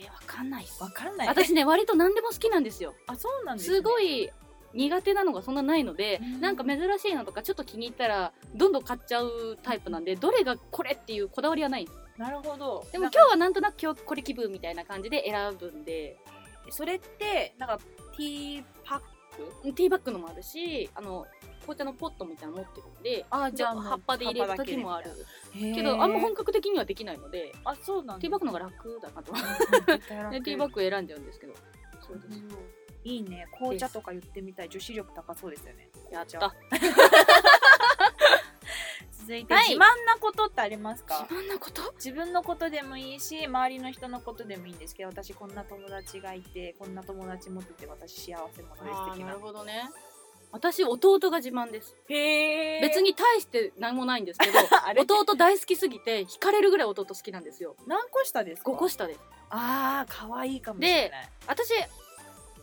[SPEAKER 3] えーわかんないっす
[SPEAKER 1] わかんない
[SPEAKER 3] 私ね割と何でも好きなんですよ,、
[SPEAKER 1] あそうなんですす、ね、
[SPEAKER 3] ごい苦手なのがそんなないので、
[SPEAKER 1] うん
[SPEAKER 3] なんか珍しいのとかちょっと気に入ったらどんどん買っちゃうタイプなんでどれがこれっていうこだわりはないんです
[SPEAKER 1] なるほど
[SPEAKER 3] でも
[SPEAKER 1] なんか
[SPEAKER 3] 今日はなんとなく今日これ気分みたいな感じで選ぶんで
[SPEAKER 1] それってなんかティーパック
[SPEAKER 3] ティーバッグのもあるしあの紅茶のポットみたいなの持ってるんで
[SPEAKER 1] あ
[SPEAKER 3] じゃあ葉っぱで入れる時もあるけどあんま本格的にはできないので
[SPEAKER 1] あそうなんだ
[SPEAKER 3] ティーバッグの方が楽だなと思っ
[SPEAKER 1] うん
[SPEAKER 3] てティーバッグ選んじゃうんですけどそうです
[SPEAKER 1] いいね紅茶とか言ってみたい女子力高そうですよね
[SPEAKER 3] やっ
[SPEAKER 1] 紅
[SPEAKER 3] た
[SPEAKER 1] 茶続いて、
[SPEAKER 3] はい
[SPEAKER 1] 自慢なことってありますか
[SPEAKER 3] 自分のこと
[SPEAKER 1] 自分のことでもいいし周りの人のことでもいいんですけど私こんな友達がいてこんな友達持ってて私幸せ者です
[SPEAKER 3] あー
[SPEAKER 1] 的
[SPEAKER 3] な
[SPEAKER 1] な
[SPEAKER 3] るほどね私弟が自慢です、
[SPEAKER 1] へえ
[SPEAKER 3] 別に大して何もないんです けど
[SPEAKER 1] あれ
[SPEAKER 3] 弟大好きすぎて惹かれるぐらい弟好きなんですよ
[SPEAKER 1] 何個下ですか
[SPEAKER 3] 5個下です
[SPEAKER 1] ああ可愛いかもしれない
[SPEAKER 3] 私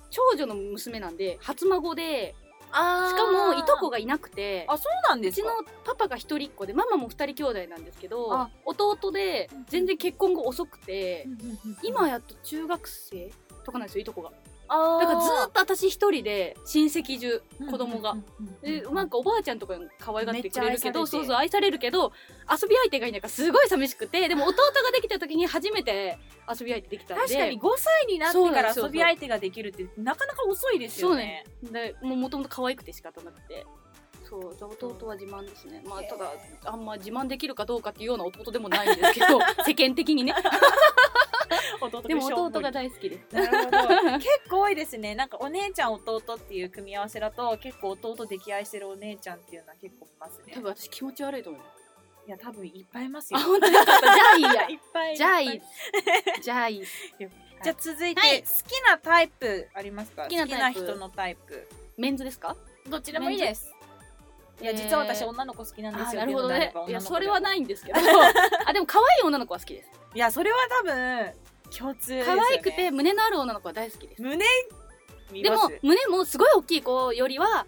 [SPEAKER 3] 長女の娘なんで初孫で
[SPEAKER 1] あ
[SPEAKER 3] しかもいとこ
[SPEAKER 1] が
[SPEAKER 3] がいなくて
[SPEAKER 1] あそうなんで
[SPEAKER 3] う
[SPEAKER 1] す
[SPEAKER 3] ち
[SPEAKER 1] か
[SPEAKER 3] のパパが一人っ子でママも二人兄弟なんですけど
[SPEAKER 1] あ
[SPEAKER 3] 弟で全然結婚が遅くて今
[SPEAKER 1] だ
[SPEAKER 3] やっと中学生とかなんですよいとこがだ
[SPEAKER 1] か
[SPEAKER 3] からずーっと私一人で親戚中子供がでなんかおばあちゃんとかに可愛がってく
[SPEAKER 1] めっ
[SPEAKER 3] れるけど
[SPEAKER 1] ちゃ愛されて
[SPEAKER 3] そうそう愛されるけど遊び相手がいないからすごい寂しくてでも弟ができた時に初めて遊び相手できたんで
[SPEAKER 1] 確かに5歳になってから
[SPEAKER 3] そう
[SPEAKER 1] 遊
[SPEAKER 3] なんです
[SPEAKER 1] び相手ができるってなかなか遅いですよね。
[SPEAKER 3] でもう元々可愛くて仕方なくてそうじゃあ弟は自慢ですねまあ
[SPEAKER 1] へー
[SPEAKER 3] ただ あんま自慢できるかどうかっていうような弟でもないんですけど世間的にね
[SPEAKER 1] 弟
[SPEAKER 3] でも弟が
[SPEAKER 1] な
[SPEAKER 3] 大好きです
[SPEAKER 1] るほど結構多いですねなんかお姉ちゃん弟っていう組み合わせだと結構弟溺愛してるお姉ちゃんっていうのは結構いますね
[SPEAKER 3] 多分私気持ち悪いと思う
[SPEAKER 1] いや多分いっぱいいますよ
[SPEAKER 3] あ本当ですかじゃ あいいや
[SPEAKER 1] いっぱい
[SPEAKER 3] じゃあい
[SPEAKER 1] っぱ
[SPEAKER 3] いじゃあいい
[SPEAKER 1] じゃあ続いて、
[SPEAKER 2] はい
[SPEAKER 1] 好きなタイプありますか好
[SPEAKER 3] 好
[SPEAKER 1] き
[SPEAKER 3] き
[SPEAKER 1] な
[SPEAKER 3] なタイプ
[SPEAKER 1] 人のタイプ
[SPEAKER 3] メンズですか
[SPEAKER 1] どっちでもいいですいや
[SPEAKER 3] えー
[SPEAKER 1] 実は私女の子好きなんです
[SPEAKER 3] あ
[SPEAKER 1] よ
[SPEAKER 3] なるほどね
[SPEAKER 1] ってうのであれば
[SPEAKER 3] い
[SPEAKER 1] 女
[SPEAKER 3] や
[SPEAKER 1] の子
[SPEAKER 3] それ
[SPEAKER 1] でも
[SPEAKER 3] はないんで すけどあでも可愛い女の子は好きです
[SPEAKER 1] いやそれは多分共通 ですよ
[SPEAKER 3] 可
[SPEAKER 1] ね
[SPEAKER 3] 愛くて胸のある女の子は大好きです
[SPEAKER 1] 胸見
[SPEAKER 3] で
[SPEAKER 1] ま
[SPEAKER 3] も
[SPEAKER 1] す
[SPEAKER 3] 胸もすごい大きい子よりは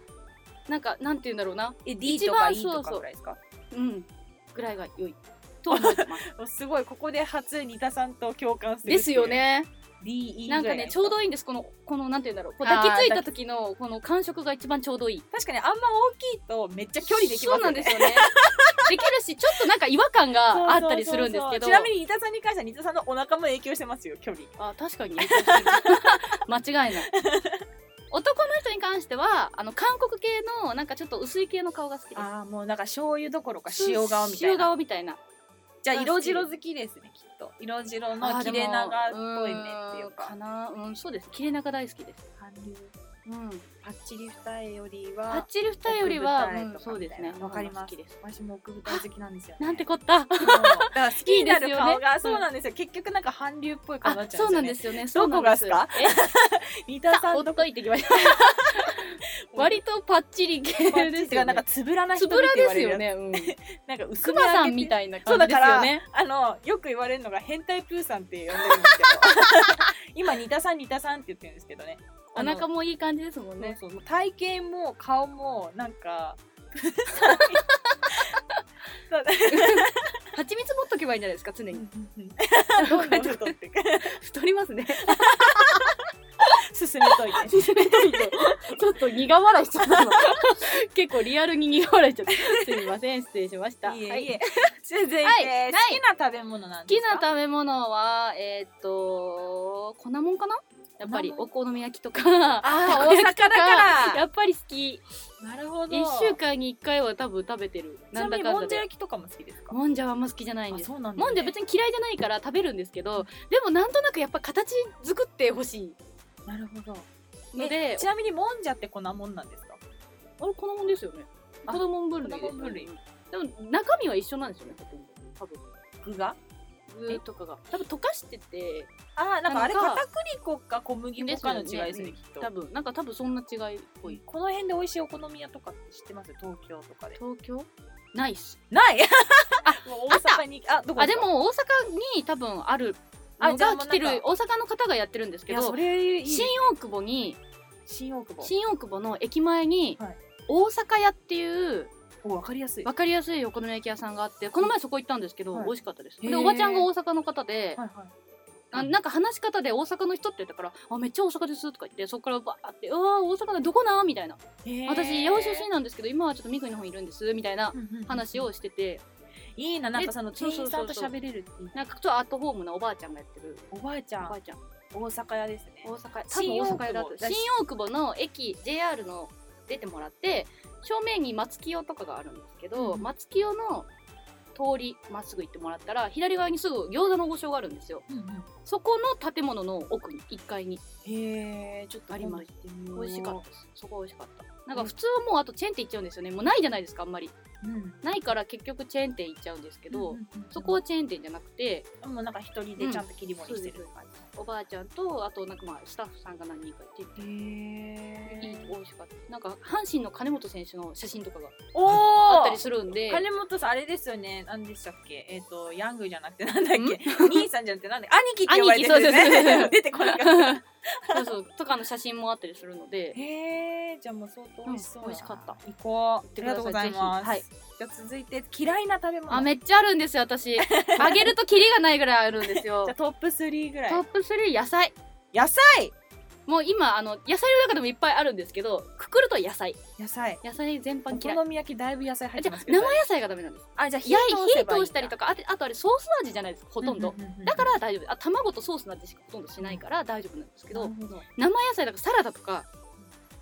[SPEAKER 3] なんかなんて言うんだろうな
[SPEAKER 1] え D
[SPEAKER 3] 一
[SPEAKER 1] とか
[SPEAKER 3] 番
[SPEAKER 1] E と
[SPEAKER 3] そう
[SPEAKER 1] か
[SPEAKER 3] そう
[SPEAKER 1] ぐらいですか
[SPEAKER 3] うんぐらいが良いと思ってます
[SPEAKER 1] おすごいここで初仁田さんと共感する
[SPEAKER 3] ですよね
[SPEAKER 1] DE
[SPEAKER 3] なんかねちょうどいいんですこのこのなんて言うんだろうこう抱きついた時のこの感触が一番ちょうどいい
[SPEAKER 1] 確かにあんま大きいとめっちゃ距離できますよね
[SPEAKER 3] そうなんです よねできるしちょっとなんか違和感があったりするんですけど
[SPEAKER 1] そうそうそうそうちなみに仁田さんに関しては仁田さんのお腹も影響してますよ距離
[SPEAKER 3] あ確かに 間違いない男の人に関してはあの韓国系のなんかちょっと薄い系の顔が好きです
[SPEAKER 1] ああもうなんか醤油どころか塩顔みたい
[SPEAKER 3] 塩
[SPEAKER 1] な
[SPEAKER 3] 顔みたいな
[SPEAKER 1] じゃあ色白好きですねきっと色白の切れ長っぽい目っていう
[SPEAKER 3] あーでもーんか
[SPEAKER 1] か
[SPEAKER 3] なうんそうです切れ長大好きです
[SPEAKER 1] 韓流
[SPEAKER 3] うん
[SPEAKER 1] パッチリ二重より
[SPEAKER 3] パッ
[SPEAKER 1] は
[SPEAKER 3] チリ二重よりは
[SPEAKER 1] 奥二重
[SPEAKER 3] う
[SPEAKER 1] と
[SPEAKER 3] ん
[SPEAKER 1] か
[SPEAKER 3] そ
[SPEAKER 1] み
[SPEAKER 3] うで
[SPEAKER 1] たい
[SPEAKER 3] す
[SPEAKER 1] な
[SPEAKER 3] ね
[SPEAKER 1] わかります
[SPEAKER 3] 好きです
[SPEAKER 1] 私も奥二重好きなんですよね
[SPEAKER 3] なんてこった
[SPEAKER 1] そうだから好きになる
[SPEAKER 3] いい
[SPEAKER 1] 顔
[SPEAKER 3] ですよ
[SPEAKER 1] が
[SPEAKER 3] ね
[SPEAKER 1] そうなんですよ結局なんか韓流っぽい顔にな
[SPEAKER 3] あ
[SPEAKER 1] っちゃう
[SPEAKER 3] そうなん
[SPEAKER 1] ん
[SPEAKER 3] で
[SPEAKER 1] です
[SPEAKER 3] すよね
[SPEAKER 1] どこがっすか
[SPEAKER 3] そうなんです
[SPEAKER 1] 仁
[SPEAKER 3] え
[SPEAKER 1] 田
[SPEAKER 3] さ
[SPEAKER 1] さ
[SPEAKER 3] あ
[SPEAKER 1] ん
[SPEAKER 3] ほっ
[SPEAKER 1] と
[SPEAKER 3] といてきました割とパッチリ系
[SPEAKER 1] パッチ
[SPEAKER 3] で
[SPEAKER 1] リ
[SPEAKER 3] すよ
[SPEAKER 1] なんか
[SPEAKER 3] ね
[SPEAKER 1] つぶらな
[SPEAKER 3] つ
[SPEAKER 1] 人
[SPEAKER 3] ぶら
[SPEAKER 1] って言
[SPEAKER 3] で
[SPEAKER 1] わ
[SPEAKER 3] す
[SPEAKER 1] れる
[SPEAKER 3] よ
[SPEAKER 1] やつ
[SPEAKER 3] ねうん
[SPEAKER 1] なんか薄
[SPEAKER 3] ク
[SPEAKER 1] め
[SPEAKER 3] マさ
[SPEAKER 1] 上
[SPEAKER 3] ん
[SPEAKER 1] げ
[SPEAKER 3] み
[SPEAKER 1] て
[SPEAKER 3] たいな感じですよね
[SPEAKER 1] あのよく言われるのが変態プーさんって呼んでるんですけど 今仁田さん仁田さんって言ってるんですけどね
[SPEAKER 3] お腹もいい感じですもんね
[SPEAKER 1] そうそうもう体型も顔もなん か そう
[SPEAKER 3] 蜂蜜持っとけばいいんじゃないですか常に
[SPEAKER 1] どこ に太ってか
[SPEAKER 3] 太 りますね
[SPEAKER 1] 進めといて
[SPEAKER 3] ちょっと苦笑いしちゃったの 結構リアルに苦笑いしちゃったすみません失礼しました
[SPEAKER 1] いえいえ、
[SPEAKER 3] はい
[SPEAKER 1] 続いて、
[SPEAKER 3] はい
[SPEAKER 1] 好きな食べ物なん
[SPEAKER 3] 好き
[SPEAKER 1] ですか
[SPEAKER 3] な食べ物はえーっとこんなもんかなやっぱり
[SPEAKER 1] こんなも
[SPEAKER 3] お好み焼きとか
[SPEAKER 1] あー
[SPEAKER 3] たこ焼きと
[SPEAKER 1] 大阪だから
[SPEAKER 3] やっぱり好き
[SPEAKER 1] なるほど
[SPEAKER 3] 一週間に一回は多分食べてる
[SPEAKER 1] ちな
[SPEAKER 3] なん
[SPEAKER 1] み
[SPEAKER 3] だ
[SPEAKER 1] に
[SPEAKER 3] か
[SPEAKER 1] も
[SPEAKER 3] んだ
[SPEAKER 1] んじゃ
[SPEAKER 3] で
[SPEAKER 1] 焼きとかも好きですか
[SPEAKER 3] もんじゃはあんま好きじゃないんです
[SPEAKER 1] そうなん
[SPEAKER 3] もんじゃ別
[SPEAKER 1] に
[SPEAKER 3] に嫌いじゃないから食べるんですけどでもなんとなくやっぱ形作ってほし
[SPEAKER 1] なるほど
[SPEAKER 3] いので
[SPEAKER 1] えちなみにもんじゃってこんなもんなんですか
[SPEAKER 3] あれ、このもんですよね。
[SPEAKER 1] あ
[SPEAKER 3] 子供分類です
[SPEAKER 1] 子供分類
[SPEAKER 3] でも、中身は一緒なんですよね、ほとんど。多分。
[SPEAKER 1] 具が
[SPEAKER 3] 具とかが。多分溶かしてて、
[SPEAKER 1] あーなんかあれ
[SPEAKER 3] なんか
[SPEAKER 1] 片栗粉か小麦粉かの違いですね
[SPEAKER 3] ですよね
[SPEAKER 1] きっと
[SPEAKER 3] 多分、なんか多分そんな違いっぽい。
[SPEAKER 1] この辺で美味しいお好み屋とかって知ってます東京とかで
[SPEAKER 3] 東京ないっす。
[SPEAKER 1] ない もう大阪にあどこ
[SPEAKER 3] あ、
[SPEAKER 1] す
[SPEAKER 3] で
[SPEAKER 1] か
[SPEAKER 3] も大阪に多分ある
[SPEAKER 1] あ
[SPEAKER 3] の
[SPEAKER 1] じゃあ
[SPEAKER 3] が
[SPEAKER 1] もう
[SPEAKER 3] 来て
[SPEAKER 1] なん
[SPEAKER 3] る、
[SPEAKER 1] か
[SPEAKER 3] 大阪の方がやってるんです
[SPEAKER 1] い
[SPEAKER 3] け
[SPEAKER 1] や
[SPEAKER 3] ど
[SPEAKER 1] そ、れいい
[SPEAKER 3] 新大久保に、
[SPEAKER 1] 新大久保
[SPEAKER 3] 新大久保の駅前に
[SPEAKER 1] はい、
[SPEAKER 3] 大阪屋っていう
[SPEAKER 1] お分かりやすい
[SPEAKER 3] 分かりやすいお好み焼き屋さんがあってこの前そこ行ったんですけど、
[SPEAKER 1] はい
[SPEAKER 3] 美味しかったです
[SPEAKER 1] へ
[SPEAKER 3] で
[SPEAKER 1] ー
[SPEAKER 3] おばちゃんが大阪の方で、
[SPEAKER 1] はいはい
[SPEAKER 3] あなんか話し方で大阪の人って言ったから「あめっちゃ大阪です」とか言ってそこからバーって「うわー大阪のどこな?」みたいな「私八尾出身なんですけど今はちょっと三国の方にいるんです」みたいな
[SPEAKER 1] 身
[SPEAKER 3] 話をしてて
[SPEAKER 1] いいななんかその
[SPEAKER 3] え
[SPEAKER 1] 店員さんと
[SPEAKER 3] そうそうそうそ
[SPEAKER 1] 喋
[SPEAKER 3] う
[SPEAKER 1] れるっていい
[SPEAKER 3] なんかちょっとアットホームなおばあちゃんがやってる
[SPEAKER 1] おばあちゃ
[SPEAKER 3] おば
[SPEAKER 1] ん
[SPEAKER 3] あちゃん
[SPEAKER 1] 大阪屋ですね
[SPEAKER 3] 大阪多
[SPEAKER 1] 新大
[SPEAKER 3] 分大
[SPEAKER 1] 久保
[SPEAKER 3] 阪屋だと新大久保の駅 JR の出てもらって正面に松清とかがあるんですけど、
[SPEAKER 1] うん
[SPEAKER 3] 松清の通りまっすぐ行ってもらったら左側にすぐ餃子の王将があるんですよそこの建物の奥に1階に
[SPEAKER 1] へえちょっと
[SPEAKER 3] あります
[SPEAKER 1] 今度行ってみよう
[SPEAKER 3] 美味しかったですそこ美味しかったなんか普通はもうあとチェーン店行っちゃうんですよねもうないじゃないですかあんまり
[SPEAKER 1] うん
[SPEAKER 3] ないから結局チェーン店行っちゃうんですけど、
[SPEAKER 1] うんうんうん
[SPEAKER 3] そこはチェーン店じゃなくて
[SPEAKER 1] もうなんか一人でちゃんと切り盛りしてる感
[SPEAKER 3] おばあちゃんとあとなんかまあスタッフさんが何人かいて
[SPEAKER 1] じ
[SPEAKER 3] いい
[SPEAKER 1] へ
[SPEAKER 3] 美味しかったなんか阪神の金本選手の写真とかが
[SPEAKER 1] おお
[SPEAKER 3] あったりするんで
[SPEAKER 1] 金本さんあれですよね何でしたっけえっ、とヤングじゃなくてなんだっけ
[SPEAKER 3] ん
[SPEAKER 1] 兄さんじゃなくて なんで兄貴って呼ばれてるんです
[SPEAKER 3] 兄貴そうそうそ
[SPEAKER 1] ね
[SPEAKER 3] う
[SPEAKER 1] 出てこなかった
[SPEAKER 3] そうそうとかの写真もあったりするので
[SPEAKER 1] へえじゃあもう相当美味しそうだな、
[SPEAKER 3] うん美味しかった
[SPEAKER 1] 行こうあ
[SPEAKER 3] て
[SPEAKER 1] り
[SPEAKER 3] く
[SPEAKER 1] が
[SPEAKER 3] ださ
[SPEAKER 1] と
[SPEAKER 3] いう
[SPEAKER 1] ございます、
[SPEAKER 3] ぜ
[SPEAKER 1] じゃあ続いて嫌いな食べ物
[SPEAKER 3] あめっちゃあるんですよ私あげるとキリがないぐらいあるんです よ
[SPEAKER 1] じゃあトップ3ぐらい
[SPEAKER 3] トップ3野菜
[SPEAKER 1] 野菜
[SPEAKER 3] もう今あの野菜の中でもいっぱいあるんですけどくくると野菜
[SPEAKER 1] 野菜
[SPEAKER 3] 野菜全
[SPEAKER 1] お
[SPEAKER 3] 般嫌い
[SPEAKER 1] 好み焼きだいぶ野菜入って
[SPEAKER 3] じゃ
[SPEAKER 1] ますけ
[SPEAKER 3] 生
[SPEAKER 1] ど
[SPEAKER 3] 野菜がダメなんです
[SPEAKER 1] あじゃあ
[SPEAKER 3] 焼い
[SPEAKER 1] せ
[SPEAKER 3] 火
[SPEAKER 1] ばいいんだ
[SPEAKER 3] 通したりとかあとあとあれソース味じゃないですかほとんど、
[SPEAKER 1] うううう
[SPEAKER 3] だから大丈夫あ卵とソースの味しかほとんどしないから大丈夫なんですけど、
[SPEAKER 1] なるほど
[SPEAKER 3] 生野菜だからサラダとか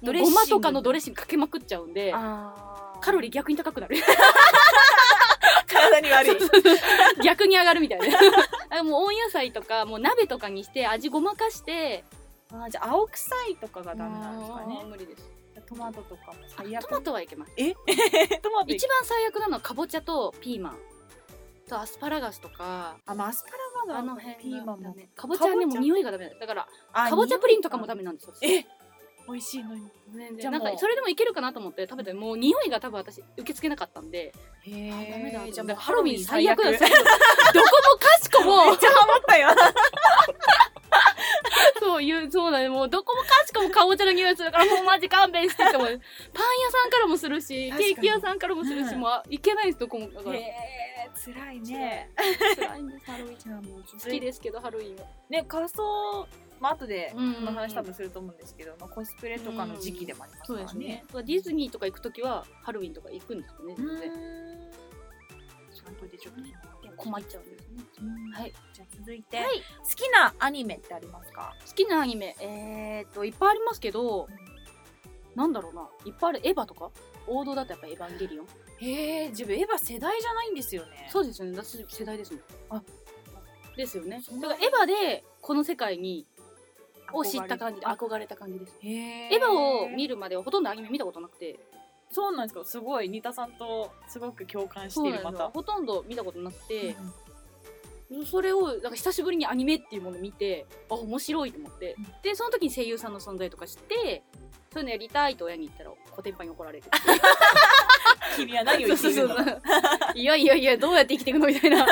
[SPEAKER 1] ド
[SPEAKER 3] ご
[SPEAKER 1] レッシング
[SPEAKER 3] まとかのドレッシングかけまくっちゃうんで
[SPEAKER 1] あー
[SPEAKER 3] カロリー逆 に高くなる
[SPEAKER 1] 体に悪い
[SPEAKER 3] 逆に上がるみたいなあもう温野菜とかもう鍋とかにして味ごまかして
[SPEAKER 1] あーじゃあ青臭いとかがダメなんですか
[SPEAKER 3] あー
[SPEAKER 1] ね
[SPEAKER 3] 無理です
[SPEAKER 1] トマトとかも
[SPEAKER 3] あ
[SPEAKER 1] 最悪
[SPEAKER 3] トマトはいけます
[SPEAKER 1] えトマト
[SPEAKER 3] 一番最悪なのはかぼちゃとピーマンとアスパラガスとか
[SPEAKER 1] あまあアスパラガ
[SPEAKER 3] あ
[SPEAKER 1] スの
[SPEAKER 3] の辺が
[SPEAKER 1] ピーマン
[SPEAKER 3] ダ
[SPEAKER 1] も
[SPEAKER 3] メかぼちゃはねもう匂いがダメだだから
[SPEAKER 1] あ
[SPEAKER 3] かぼちゃプリンとかも
[SPEAKER 1] 匂
[SPEAKER 3] ダ
[SPEAKER 1] い
[SPEAKER 3] メなんですよ
[SPEAKER 1] え美味しいのに
[SPEAKER 3] 全
[SPEAKER 1] じゃ
[SPEAKER 3] 然
[SPEAKER 1] あ
[SPEAKER 3] なんか
[SPEAKER 1] もう
[SPEAKER 3] それでもいけるかなと思って食べてもう匂いが多分私受け付けなかったんで
[SPEAKER 1] へ
[SPEAKER 3] あ
[SPEAKER 1] ー
[SPEAKER 3] ダメだ
[SPEAKER 1] じゃあも
[SPEAKER 3] と思
[SPEAKER 1] う
[SPEAKER 3] ってハロウィン最悪だよ
[SPEAKER 1] めっちゃ
[SPEAKER 3] どこもかしこ も
[SPEAKER 1] ハマったよ
[SPEAKER 3] そういうそうだねもうどこもかしこもかぼちゃの匂いするからもうマジ勘弁してって思う パン屋さんからもするし
[SPEAKER 1] 確か
[SPEAKER 3] ケ
[SPEAKER 1] に
[SPEAKER 3] ーキ屋さんからもするし、
[SPEAKER 1] うん
[SPEAKER 3] もういけないですどこもだから
[SPEAKER 1] へえ辛いね
[SPEAKER 3] 辛いんですハロウィン
[SPEAKER 1] じゃあもう
[SPEAKER 3] 好きですけどハロウィンは
[SPEAKER 1] ね仮装まあ後でこ
[SPEAKER 3] うんうんうん
[SPEAKER 1] の話多分すると思うんですけど、まあ、コスプレとかの時期でもありますからね。
[SPEAKER 3] ディズニーとか行くときはハロウィンとか行くんですよね
[SPEAKER 1] う
[SPEAKER 3] 全
[SPEAKER 1] ん
[SPEAKER 3] 然
[SPEAKER 1] それでちょっと
[SPEAKER 3] 困っちゃうんですねはい
[SPEAKER 1] じゃあ続いて、
[SPEAKER 3] はい
[SPEAKER 1] 好きなアニメってありますか？
[SPEAKER 3] 好きなアニメえー、っといっぱいありますけどなんだろうないっぱいあるエヴァとか王道だとやっぱエヴァンゲリオン
[SPEAKER 1] へえ自分エヴァ世代じゃないんですよね。
[SPEAKER 3] そうですよね私世代ですもん
[SPEAKER 1] あ
[SPEAKER 3] ですよね
[SPEAKER 1] そう
[SPEAKER 3] だからエヴァでこの世界にを知った感じで憧れた感じです
[SPEAKER 1] じ。へ
[SPEAKER 3] エヴァを見
[SPEAKER 1] る。
[SPEAKER 3] るまではほとんどアニメ見たことなくて
[SPEAKER 1] そうなんですか。すごいニタさんとすごく共感し
[SPEAKER 3] そ
[SPEAKER 1] て
[SPEAKER 3] うなん
[SPEAKER 1] る
[SPEAKER 3] です
[SPEAKER 1] ま
[SPEAKER 3] よ
[SPEAKER 1] た。
[SPEAKER 3] ほとんど見たことなく
[SPEAKER 1] うん
[SPEAKER 3] て、それをなんか久しぶりにアニメっていうものを見てあ面白いと思って、
[SPEAKER 1] うん
[SPEAKER 3] でその時に声優さんの存在とか知ってそういうのやりたいと親に言ったらコテンパンに怒られる
[SPEAKER 1] 君は何を言っているの
[SPEAKER 3] そうそう そういやいやいやどうやって生きていくの みたいなあ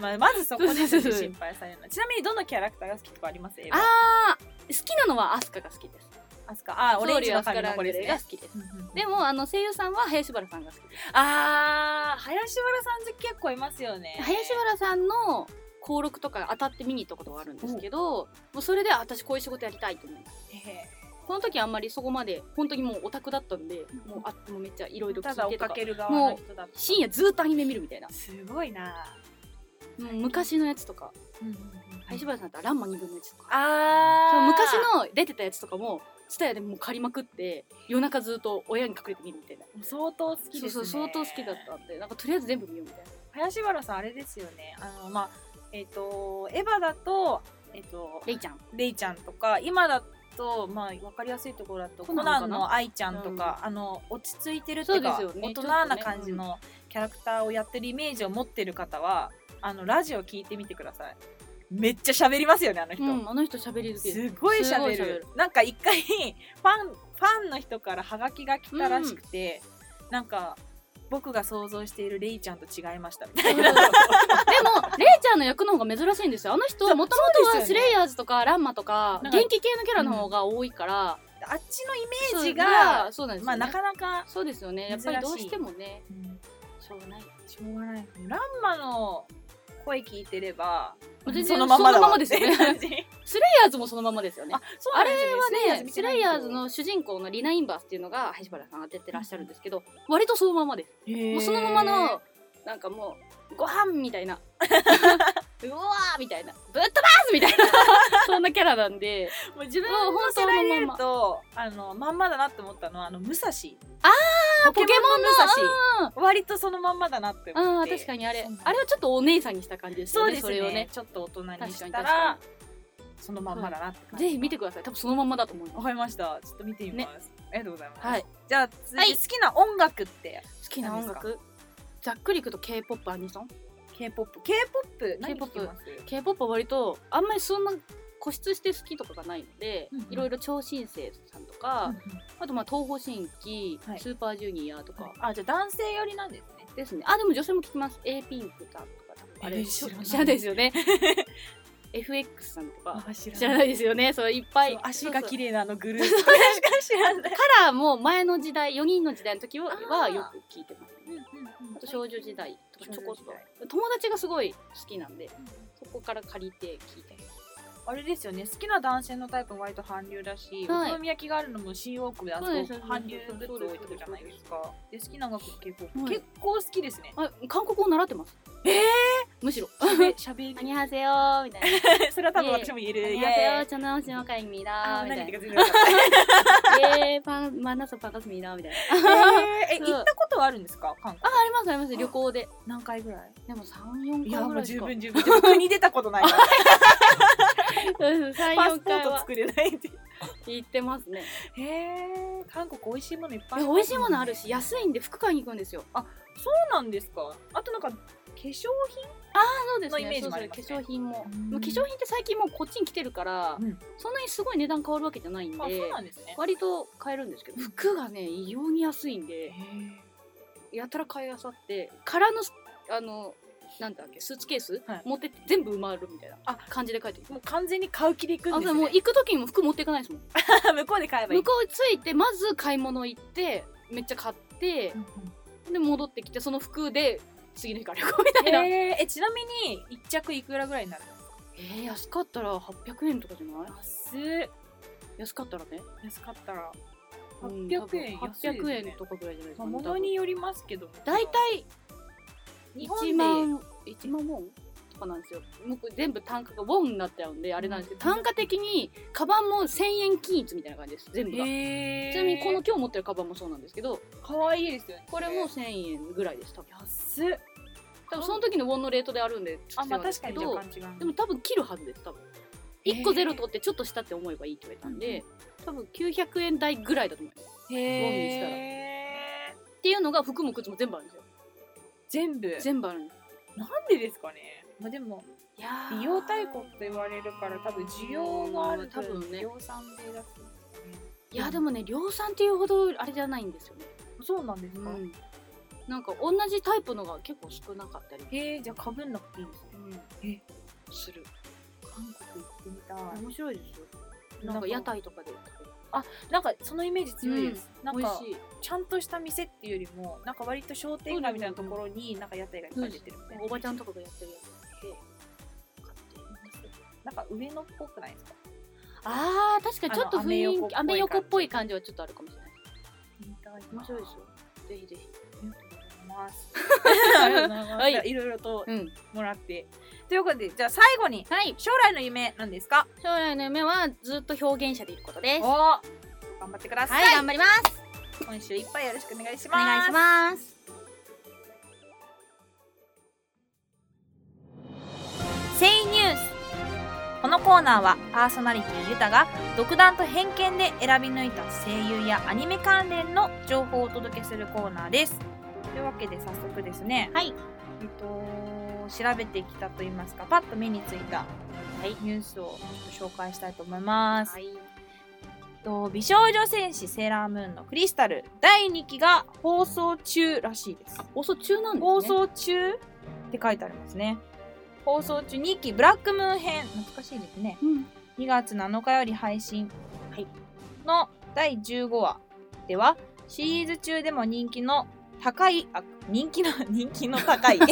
[SPEAKER 1] まあまずそこです
[SPEAKER 3] そうそ
[SPEAKER 1] ね
[SPEAKER 3] うそう
[SPEAKER 1] 心配されるの。ちなみにどのキャラクターが好きとかあります？エヴァ
[SPEAKER 3] あー好きなのはアスカが好きです
[SPEAKER 1] アスカ。あオレンジ
[SPEAKER 3] ア
[SPEAKER 1] の
[SPEAKER 3] スカ
[SPEAKER 1] 髪の
[SPEAKER 3] ラン
[SPEAKER 1] 子
[SPEAKER 3] グ
[SPEAKER 1] です
[SPEAKER 3] レーが
[SPEAKER 1] ね。
[SPEAKER 3] 好きです
[SPEAKER 1] うんうん
[SPEAKER 3] でもあの声優さんは林原さんが好きです
[SPEAKER 1] あー林原さん好き結構いますよね
[SPEAKER 3] 林原さんの登録とか当たって見に行ったことがあるんですけど、もうそれであ私こういう仕事やりたいと思います
[SPEAKER 1] へ
[SPEAKER 3] その時あんまりそこまで本当にもうオタクだったんで、もうあもうめっちゃいろい
[SPEAKER 1] え
[SPEAKER 3] ろ聞
[SPEAKER 1] た
[SPEAKER 3] い
[SPEAKER 1] だ追って
[SPEAKER 3] と
[SPEAKER 1] か
[SPEAKER 3] か
[SPEAKER 1] ける側の人だった
[SPEAKER 3] 深夜ずーっとアニメ見るみたいな、
[SPEAKER 1] すごいな、
[SPEAKER 3] もう昔のやつとか
[SPEAKER 1] 林
[SPEAKER 3] 林原さんだったら「ランマ2分の1」とか
[SPEAKER 1] あ
[SPEAKER 3] その
[SPEAKER 1] ー
[SPEAKER 3] 昔の出てたやつとかも蔦屋でもう借りまくって夜中ずっと親に隠れて見るみたいな、
[SPEAKER 1] 相当好きです
[SPEAKER 3] そう
[SPEAKER 1] ね
[SPEAKER 3] そう相当好きだったんでなんかとりあえず全部見ようみたいな
[SPEAKER 1] 林原さんあれですよねあのまあえっ、とエヴァだとえっ、と
[SPEAKER 3] レイちゃん
[SPEAKER 1] レイちゃんとか今だとまあわかりやすいところだとコ
[SPEAKER 3] コナンか
[SPEAKER 1] ナ
[SPEAKER 3] な
[SPEAKER 1] ンの愛ちゃんとか、あの落ち着いてるっていうか
[SPEAKER 3] そうですよね
[SPEAKER 1] 大人
[SPEAKER 3] ちょ
[SPEAKER 1] な
[SPEAKER 3] っとね
[SPEAKER 1] 感じのキャラクターをやってるイメージを持ってる方は、あのラジオ聞いてみてくださいめっちゃ喋りますよねあの人、
[SPEAKER 3] うん、あの人喋り好きです
[SPEAKER 1] すごい
[SPEAKER 3] すご
[SPEAKER 1] 喋
[SPEAKER 3] い喋
[SPEAKER 1] る
[SPEAKER 3] る
[SPEAKER 1] なんか一回ファンファンの人からハガキが来たらしくて、なんか僕が想像しているレイちゃんと違いましたみたいな
[SPEAKER 3] でもレイちゃんの役の方が珍しいんですよあの人
[SPEAKER 1] そう
[SPEAKER 3] もと
[SPEAKER 1] そうですよね
[SPEAKER 3] もとはスレイヤーズとかランマとか
[SPEAKER 1] なんか
[SPEAKER 3] 元気系のキャラの方が多いから、
[SPEAKER 1] あっちのイメー
[SPEAKER 3] そう
[SPEAKER 1] ジが、
[SPEAKER 3] そうなんですよね、
[SPEAKER 1] まあなかなか、
[SPEAKER 3] そうですよねやっぱりどうしてもね
[SPEAKER 1] うん
[SPEAKER 3] しょうがない
[SPEAKER 1] しょうがないよねランマの声聞いてれば
[SPEAKER 3] 全然
[SPEAKER 1] そのままだ
[SPEAKER 3] そのま
[SPEAKER 1] わ
[SPEAKER 3] まですよね
[SPEAKER 1] っ て感じ
[SPEAKER 3] スレイヤーズもそのままですよね
[SPEAKER 1] あそうな
[SPEAKER 3] あ
[SPEAKER 1] ん
[SPEAKER 3] れ
[SPEAKER 1] ですね
[SPEAKER 3] はね、スレイヤーズ
[SPEAKER 1] 見
[SPEAKER 3] の主人公のリナ・インバースっていうのが、林原さん当ててらっしゃるんですけど、割とそのままです。
[SPEAKER 1] てないんですよ
[SPEAKER 3] もうそのままの、なんかもう、ご飯みたいな、うわーみたいな、ぶっ飛ばすみたいな、 そんなキャラなんで、
[SPEAKER 1] もう自分
[SPEAKER 3] もう
[SPEAKER 1] の
[SPEAKER 3] 本当
[SPEAKER 1] 世
[SPEAKER 3] のまん
[SPEAKER 1] 代
[SPEAKER 3] ま
[SPEAKER 1] で言うとあのまんまだなって思ったのはあの武蔵
[SPEAKER 3] あポケモンの、
[SPEAKER 1] 武蔵割とそのまんまだなって
[SPEAKER 3] あ
[SPEAKER 1] 思っ
[SPEAKER 3] あ
[SPEAKER 1] て
[SPEAKER 3] ー、確かにあれ
[SPEAKER 1] そうなんで、す
[SPEAKER 3] あれはちょっとお姉さんにした感じですよ
[SPEAKER 1] そう
[SPEAKER 3] ね、
[SPEAKER 1] です
[SPEAKER 3] れを
[SPEAKER 1] ね
[SPEAKER 3] ね。
[SPEAKER 1] ちょっと大人に
[SPEAKER 3] 確か
[SPEAKER 1] し
[SPEAKER 3] に
[SPEAKER 1] た
[SPEAKER 3] 確
[SPEAKER 1] ら
[SPEAKER 3] か
[SPEAKER 1] そのまんまだなって感
[SPEAKER 3] に。
[SPEAKER 1] じ
[SPEAKER 3] ぜひ見てください。多分そのまんまだと思い
[SPEAKER 1] わ
[SPEAKER 3] ます。
[SPEAKER 1] かりましたちょっと見てみます、ありがとうございます、
[SPEAKER 3] はい。
[SPEAKER 1] じゃあ続
[SPEAKER 3] はい
[SPEAKER 1] いて好きな音楽って
[SPEAKER 3] 好きな音楽ざっくりいくと K-POP アニソン
[SPEAKER 1] K-POP K-POP 何聞きます
[SPEAKER 3] K-POP は割とあんまりそんな固執して好きとかがないので、
[SPEAKER 1] うんうん
[SPEAKER 3] いろいろ超新星さんとか、あとまあ東方神起、
[SPEAKER 1] はい
[SPEAKER 3] スーパージュニアとか
[SPEAKER 1] あじゃあ男性寄りなんですね
[SPEAKER 3] ですねあでも女性も聞きます A ピンクさんとか多分あれ、
[SPEAKER 1] えー知らない
[SPEAKER 3] 知らないですよね FX さんとか
[SPEAKER 1] 知
[SPEAKER 3] 知らない
[SPEAKER 1] い
[SPEAKER 3] ですよねそういっぱい
[SPEAKER 1] 足が綺
[SPEAKER 3] 麗
[SPEAKER 1] 麗なあのグループとかしか知ら ない
[SPEAKER 3] カラーも前の時代4人の時代の時は
[SPEAKER 1] あー
[SPEAKER 3] はよく聞いてますねあと
[SPEAKER 1] 少
[SPEAKER 3] 少
[SPEAKER 1] 女
[SPEAKER 3] 女時代とかちょこっ
[SPEAKER 1] 少女時
[SPEAKER 3] と友達がすごい好きなんでそこから借りて聞いてます
[SPEAKER 1] あれですよね好きな男性のタイプも割と韓流だし、
[SPEAKER 3] はい
[SPEAKER 1] お好み焼きがあるのも新大久保であそこ
[SPEAKER 3] そうですそうです
[SPEAKER 1] 韓流グッズ置いてるじゃないですかで好きな音楽も K-POP、
[SPEAKER 3] はい
[SPEAKER 1] 結構好きですね
[SPEAKER 3] あ韓国語習ってます
[SPEAKER 1] ええ
[SPEAKER 3] むしろ
[SPEAKER 1] しゃべり
[SPEAKER 2] アニハセヨ ーみたいな。
[SPEAKER 1] それは多分私も言え
[SPEAKER 2] ア
[SPEAKER 1] る
[SPEAKER 2] ニ
[SPEAKER 1] や
[SPEAKER 2] ハ
[SPEAKER 1] つ
[SPEAKER 2] セヨ
[SPEAKER 1] よ
[SPEAKER 2] ー、저는지금까지입니다
[SPEAKER 1] あ
[SPEAKER 2] み
[SPEAKER 1] 何
[SPEAKER 2] た
[SPEAKER 1] 言っ
[SPEAKER 2] い
[SPEAKER 1] て
[SPEAKER 2] な。
[SPEAKER 1] るか全然わかんない
[SPEAKER 2] えー、パ ン、만나서반갑습니다みたいな。
[SPEAKER 1] えーえ行ったことはあるんですか韓
[SPEAKER 3] あ
[SPEAKER 1] 国
[SPEAKER 3] ありますあります旅行で
[SPEAKER 1] 何回ぐらい
[SPEAKER 3] でも34
[SPEAKER 1] いや
[SPEAKER 3] 回
[SPEAKER 1] も
[SPEAKER 3] ぐら
[SPEAKER 1] う
[SPEAKER 3] いし
[SPEAKER 1] 十
[SPEAKER 3] か
[SPEAKER 1] 分十分僕に出たことないから
[SPEAKER 3] うん三
[SPEAKER 1] パス
[SPEAKER 3] 四
[SPEAKER 1] ポー
[SPEAKER 3] 回
[SPEAKER 1] ト
[SPEAKER 3] は
[SPEAKER 1] 作れないんで
[SPEAKER 3] 行ってますね
[SPEAKER 1] へえ韓国美味しいものいっぱい
[SPEAKER 3] え
[SPEAKER 1] り
[SPEAKER 3] 美
[SPEAKER 1] ます
[SPEAKER 3] 味しいものあるし
[SPEAKER 1] ね
[SPEAKER 3] 安いんで服買いに行くんですよあ
[SPEAKER 1] そうなんですかあとなんか化粧
[SPEAKER 3] そうです
[SPEAKER 1] の
[SPEAKER 3] ね
[SPEAKER 1] イメージもあり
[SPEAKER 3] そう
[SPEAKER 1] ます
[SPEAKER 3] そう
[SPEAKER 1] ね
[SPEAKER 3] 化粧品も
[SPEAKER 1] うん
[SPEAKER 3] まあ化粧品って最近もうこっちに来てるから、
[SPEAKER 1] うん
[SPEAKER 3] そんなにすごい値段変わるわけじゃないんで
[SPEAKER 1] 品あそうなんですね
[SPEAKER 3] 割と買えるんですけど服がね異様に安いん
[SPEAKER 1] へ
[SPEAKER 3] で
[SPEAKER 1] ー
[SPEAKER 3] やたら買いあさって空のあのなんだっけスーツケース、
[SPEAKER 1] はい
[SPEAKER 3] 持ってって全部埋まるみたいな
[SPEAKER 1] あ
[SPEAKER 3] 感じで帰ってきて
[SPEAKER 1] もう完全に買う気で行くん
[SPEAKER 3] あ
[SPEAKER 1] ですね
[SPEAKER 3] もう行く時にも服持っていかないですもん
[SPEAKER 1] 向こうで買えばいい
[SPEAKER 3] 向こう着いてまず買い物行ってめっちゃ買って
[SPEAKER 1] うんうん
[SPEAKER 3] で戻ってきてその服で次の日から旅行みたいなえ
[SPEAKER 1] へーえちなみに一着いくらぐらいになる
[SPEAKER 3] ー、安かったら800円とかじゃない
[SPEAKER 1] 安っ
[SPEAKER 3] 安かったらね
[SPEAKER 1] 安かったら
[SPEAKER 3] うん
[SPEAKER 1] 800円
[SPEAKER 3] 多分
[SPEAKER 1] 安いですね
[SPEAKER 3] 800円とかぐらいじゃないで
[SPEAKER 1] ま
[SPEAKER 3] すか
[SPEAKER 1] あ
[SPEAKER 3] ね、
[SPEAKER 1] 物によりますけど
[SPEAKER 3] だいたい
[SPEAKER 1] 日本で
[SPEAKER 3] 1万1万ウォンとかなんですよ僕全部単価がウォンになっちゃうんであれなんですけど、単価的にカバンも1000円均一みたいな感じです全部が、
[SPEAKER 1] へえ
[SPEAKER 3] ちなみにこの今日持ってるカバンもそうなんですけど
[SPEAKER 1] 可愛いですよね
[SPEAKER 3] これも1000円ぐらいです多分
[SPEAKER 1] 安っ
[SPEAKER 3] 多分その時のウォンのレートであるんでちょ
[SPEAKER 1] あ
[SPEAKER 3] っ
[SPEAKER 1] ま
[SPEAKER 3] と
[SPEAKER 1] あ
[SPEAKER 3] 違
[SPEAKER 1] 確
[SPEAKER 3] うんです
[SPEAKER 1] か
[SPEAKER 3] け
[SPEAKER 1] に
[SPEAKER 3] ど、
[SPEAKER 1] 若干違う
[SPEAKER 3] でも多分切るはずです多分
[SPEAKER 1] へー
[SPEAKER 3] 1個ゼロ取ってちょっとしたって思えばいいって言われたんで、多分900円台ぐらいだと思う
[SPEAKER 1] へ
[SPEAKER 3] ンにしたら
[SPEAKER 1] え
[SPEAKER 3] っていうのが服も靴も全部あるんですよ
[SPEAKER 1] 全部
[SPEAKER 3] 全部あるんです
[SPEAKER 1] なんでですかねまあでも
[SPEAKER 3] いや
[SPEAKER 1] 美容大国と言われるから多分需要がある
[SPEAKER 3] 多分ね
[SPEAKER 1] 量産で出すんですね
[SPEAKER 3] いやでもね量産っていうほどあれじゃないんですよね、
[SPEAKER 1] そうなんです
[SPEAKER 3] う
[SPEAKER 1] か
[SPEAKER 3] ん、なんか同じタイプのが結構少なかったり、
[SPEAKER 1] へえじゃあかぶんなくていいんですね
[SPEAKER 3] うん、
[SPEAKER 1] え
[SPEAKER 3] する
[SPEAKER 1] 韓国行ってみたい
[SPEAKER 3] 面白いですよ
[SPEAKER 1] なんか
[SPEAKER 3] なんか屋台とかで
[SPEAKER 1] なんかそのイメージ強いです、なん
[SPEAKER 3] 美味
[SPEAKER 1] か
[SPEAKER 3] しい
[SPEAKER 1] ちゃんとした店っていうよりもなんか割と商店街みたいなところになんか屋台がいっぱい出てるみたいな
[SPEAKER 3] おばちゃんとかがやってるやつで買って
[SPEAKER 1] なんか上野っぽくないですか
[SPEAKER 3] あー確かにちょっと雰囲気
[SPEAKER 1] あのア
[SPEAKER 3] ア
[SPEAKER 1] メ
[SPEAKER 3] メ
[SPEAKER 1] 横
[SPEAKER 3] 横
[SPEAKER 1] っ
[SPEAKER 3] っ
[SPEAKER 1] ぽ
[SPEAKER 3] ぽ
[SPEAKER 1] い
[SPEAKER 3] い感じはちょっとあるかもしれない面白いです
[SPEAKER 1] よ
[SPEAKER 3] よぜひぜひ
[SPEAKER 1] ありがとうございますありがとうございます
[SPEAKER 3] はい
[SPEAKER 1] いろいろと
[SPEAKER 3] うん
[SPEAKER 1] もらってということでじゃあ最後に
[SPEAKER 2] はい。
[SPEAKER 1] 将来の夢なんですか
[SPEAKER 2] 将来の夢はずっと表現者でいることです。
[SPEAKER 1] お
[SPEAKER 2] は
[SPEAKER 1] 頑張ってください、
[SPEAKER 2] い、頑張ります。
[SPEAKER 1] 今週いっぱいよろしくお願いし
[SPEAKER 2] お願いします。
[SPEAKER 1] セイニュースこのコーナーはパーソナリティユタが独断と偏見で選び抜いた声優やアニメ関連の情報をお届けするコーナーですというわけで早速ですね
[SPEAKER 2] はい
[SPEAKER 1] えっと調べてきたと言いますかパッと目についたニュースをちょっと紹介したいと思います、
[SPEAKER 2] い。
[SPEAKER 1] えっと美少女戦士セーラームーンのクリスタル第2期が放送中らしいです
[SPEAKER 3] 放送中なんですね
[SPEAKER 1] 放送中って書いてありますね放送中2期ブラックムーン編懐かしいですね
[SPEAKER 3] うん
[SPEAKER 1] 2月7日より配信
[SPEAKER 3] はい
[SPEAKER 1] の第15話ではシリーズ中でも人気の高いあ人気の 人気の高い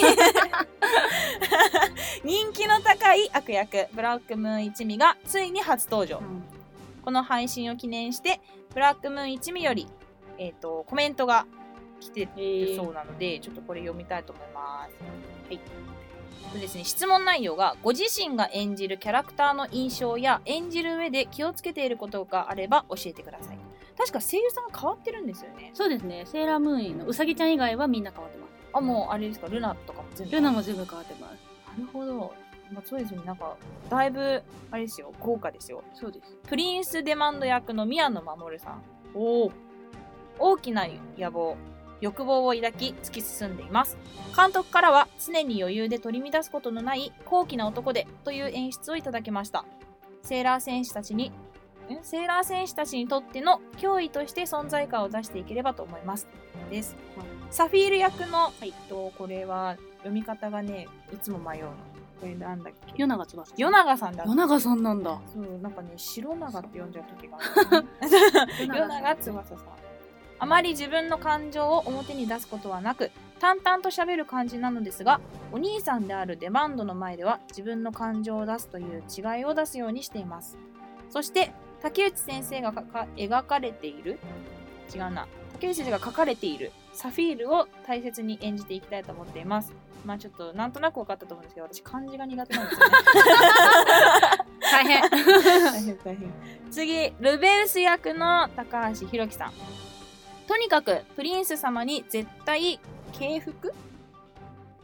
[SPEAKER 1] 人気の高い悪役ブラックムーン一味がついに初登場、
[SPEAKER 3] ん
[SPEAKER 1] この配信を記念してブラックムーン一味より、えー、とコメントが来て
[SPEAKER 3] え
[SPEAKER 1] る
[SPEAKER 3] ー
[SPEAKER 1] そうなので、ちょっとこれ読みたいと思います。はい。そうですね、質問内容がご自身が演じるキャラクターの印象や演じる上で気をつけていることがあれば教えてください。確か声優さんが変わってるんですよね。
[SPEAKER 3] そうですねセーラームーンのうさぎちゃん以外はみんな変わってま
[SPEAKER 1] あ、もうあれですか、ルナとかも全
[SPEAKER 3] す
[SPEAKER 1] 部。
[SPEAKER 3] ルナも全部変わってます
[SPEAKER 1] なるほど。まあ、そうですね、なんかだいぶあれですよ、豪華ですよ。
[SPEAKER 3] そうです
[SPEAKER 1] プリンスデマンド役の宮野真守さん。おお。大きな野望、欲望を抱き突き進んでいます。監督からは常に余裕で取り乱すことのない高貴な男でという演出をいただきました。セーラー戦士たちに、んセーラー戦士たちにとっての脅威として存在感を出していければと思います。です。サフィール役の、えっと、これは読み方がね、いつも迷うの。これなんだっけ
[SPEAKER 3] ヨナが翼
[SPEAKER 1] ヨナガさんだっけ
[SPEAKER 3] ヨナがさんなんだ
[SPEAKER 1] そうなんかね白長って呼んじゃう時があ る、
[SPEAKER 3] ヨ
[SPEAKER 1] ヨナガ翼さんあまり自分の感情を表に出すことはなく淡々と喋る感じなのですがお兄さんであるデマンドの前では自分の感情を出すという違いを出すようにしていますそして竹内先生がかか描かれている違うな竹内先生が描かれているサフィールを大切に演じていきたいと思っていますまあちょっとなんとなく分かったと思うんですけど私漢字が苦手なんですよね
[SPEAKER 3] 大変
[SPEAKER 1] 大変大変 次ルベウス役の高橋ひろきさんとにかくプリンス様に絶対敬服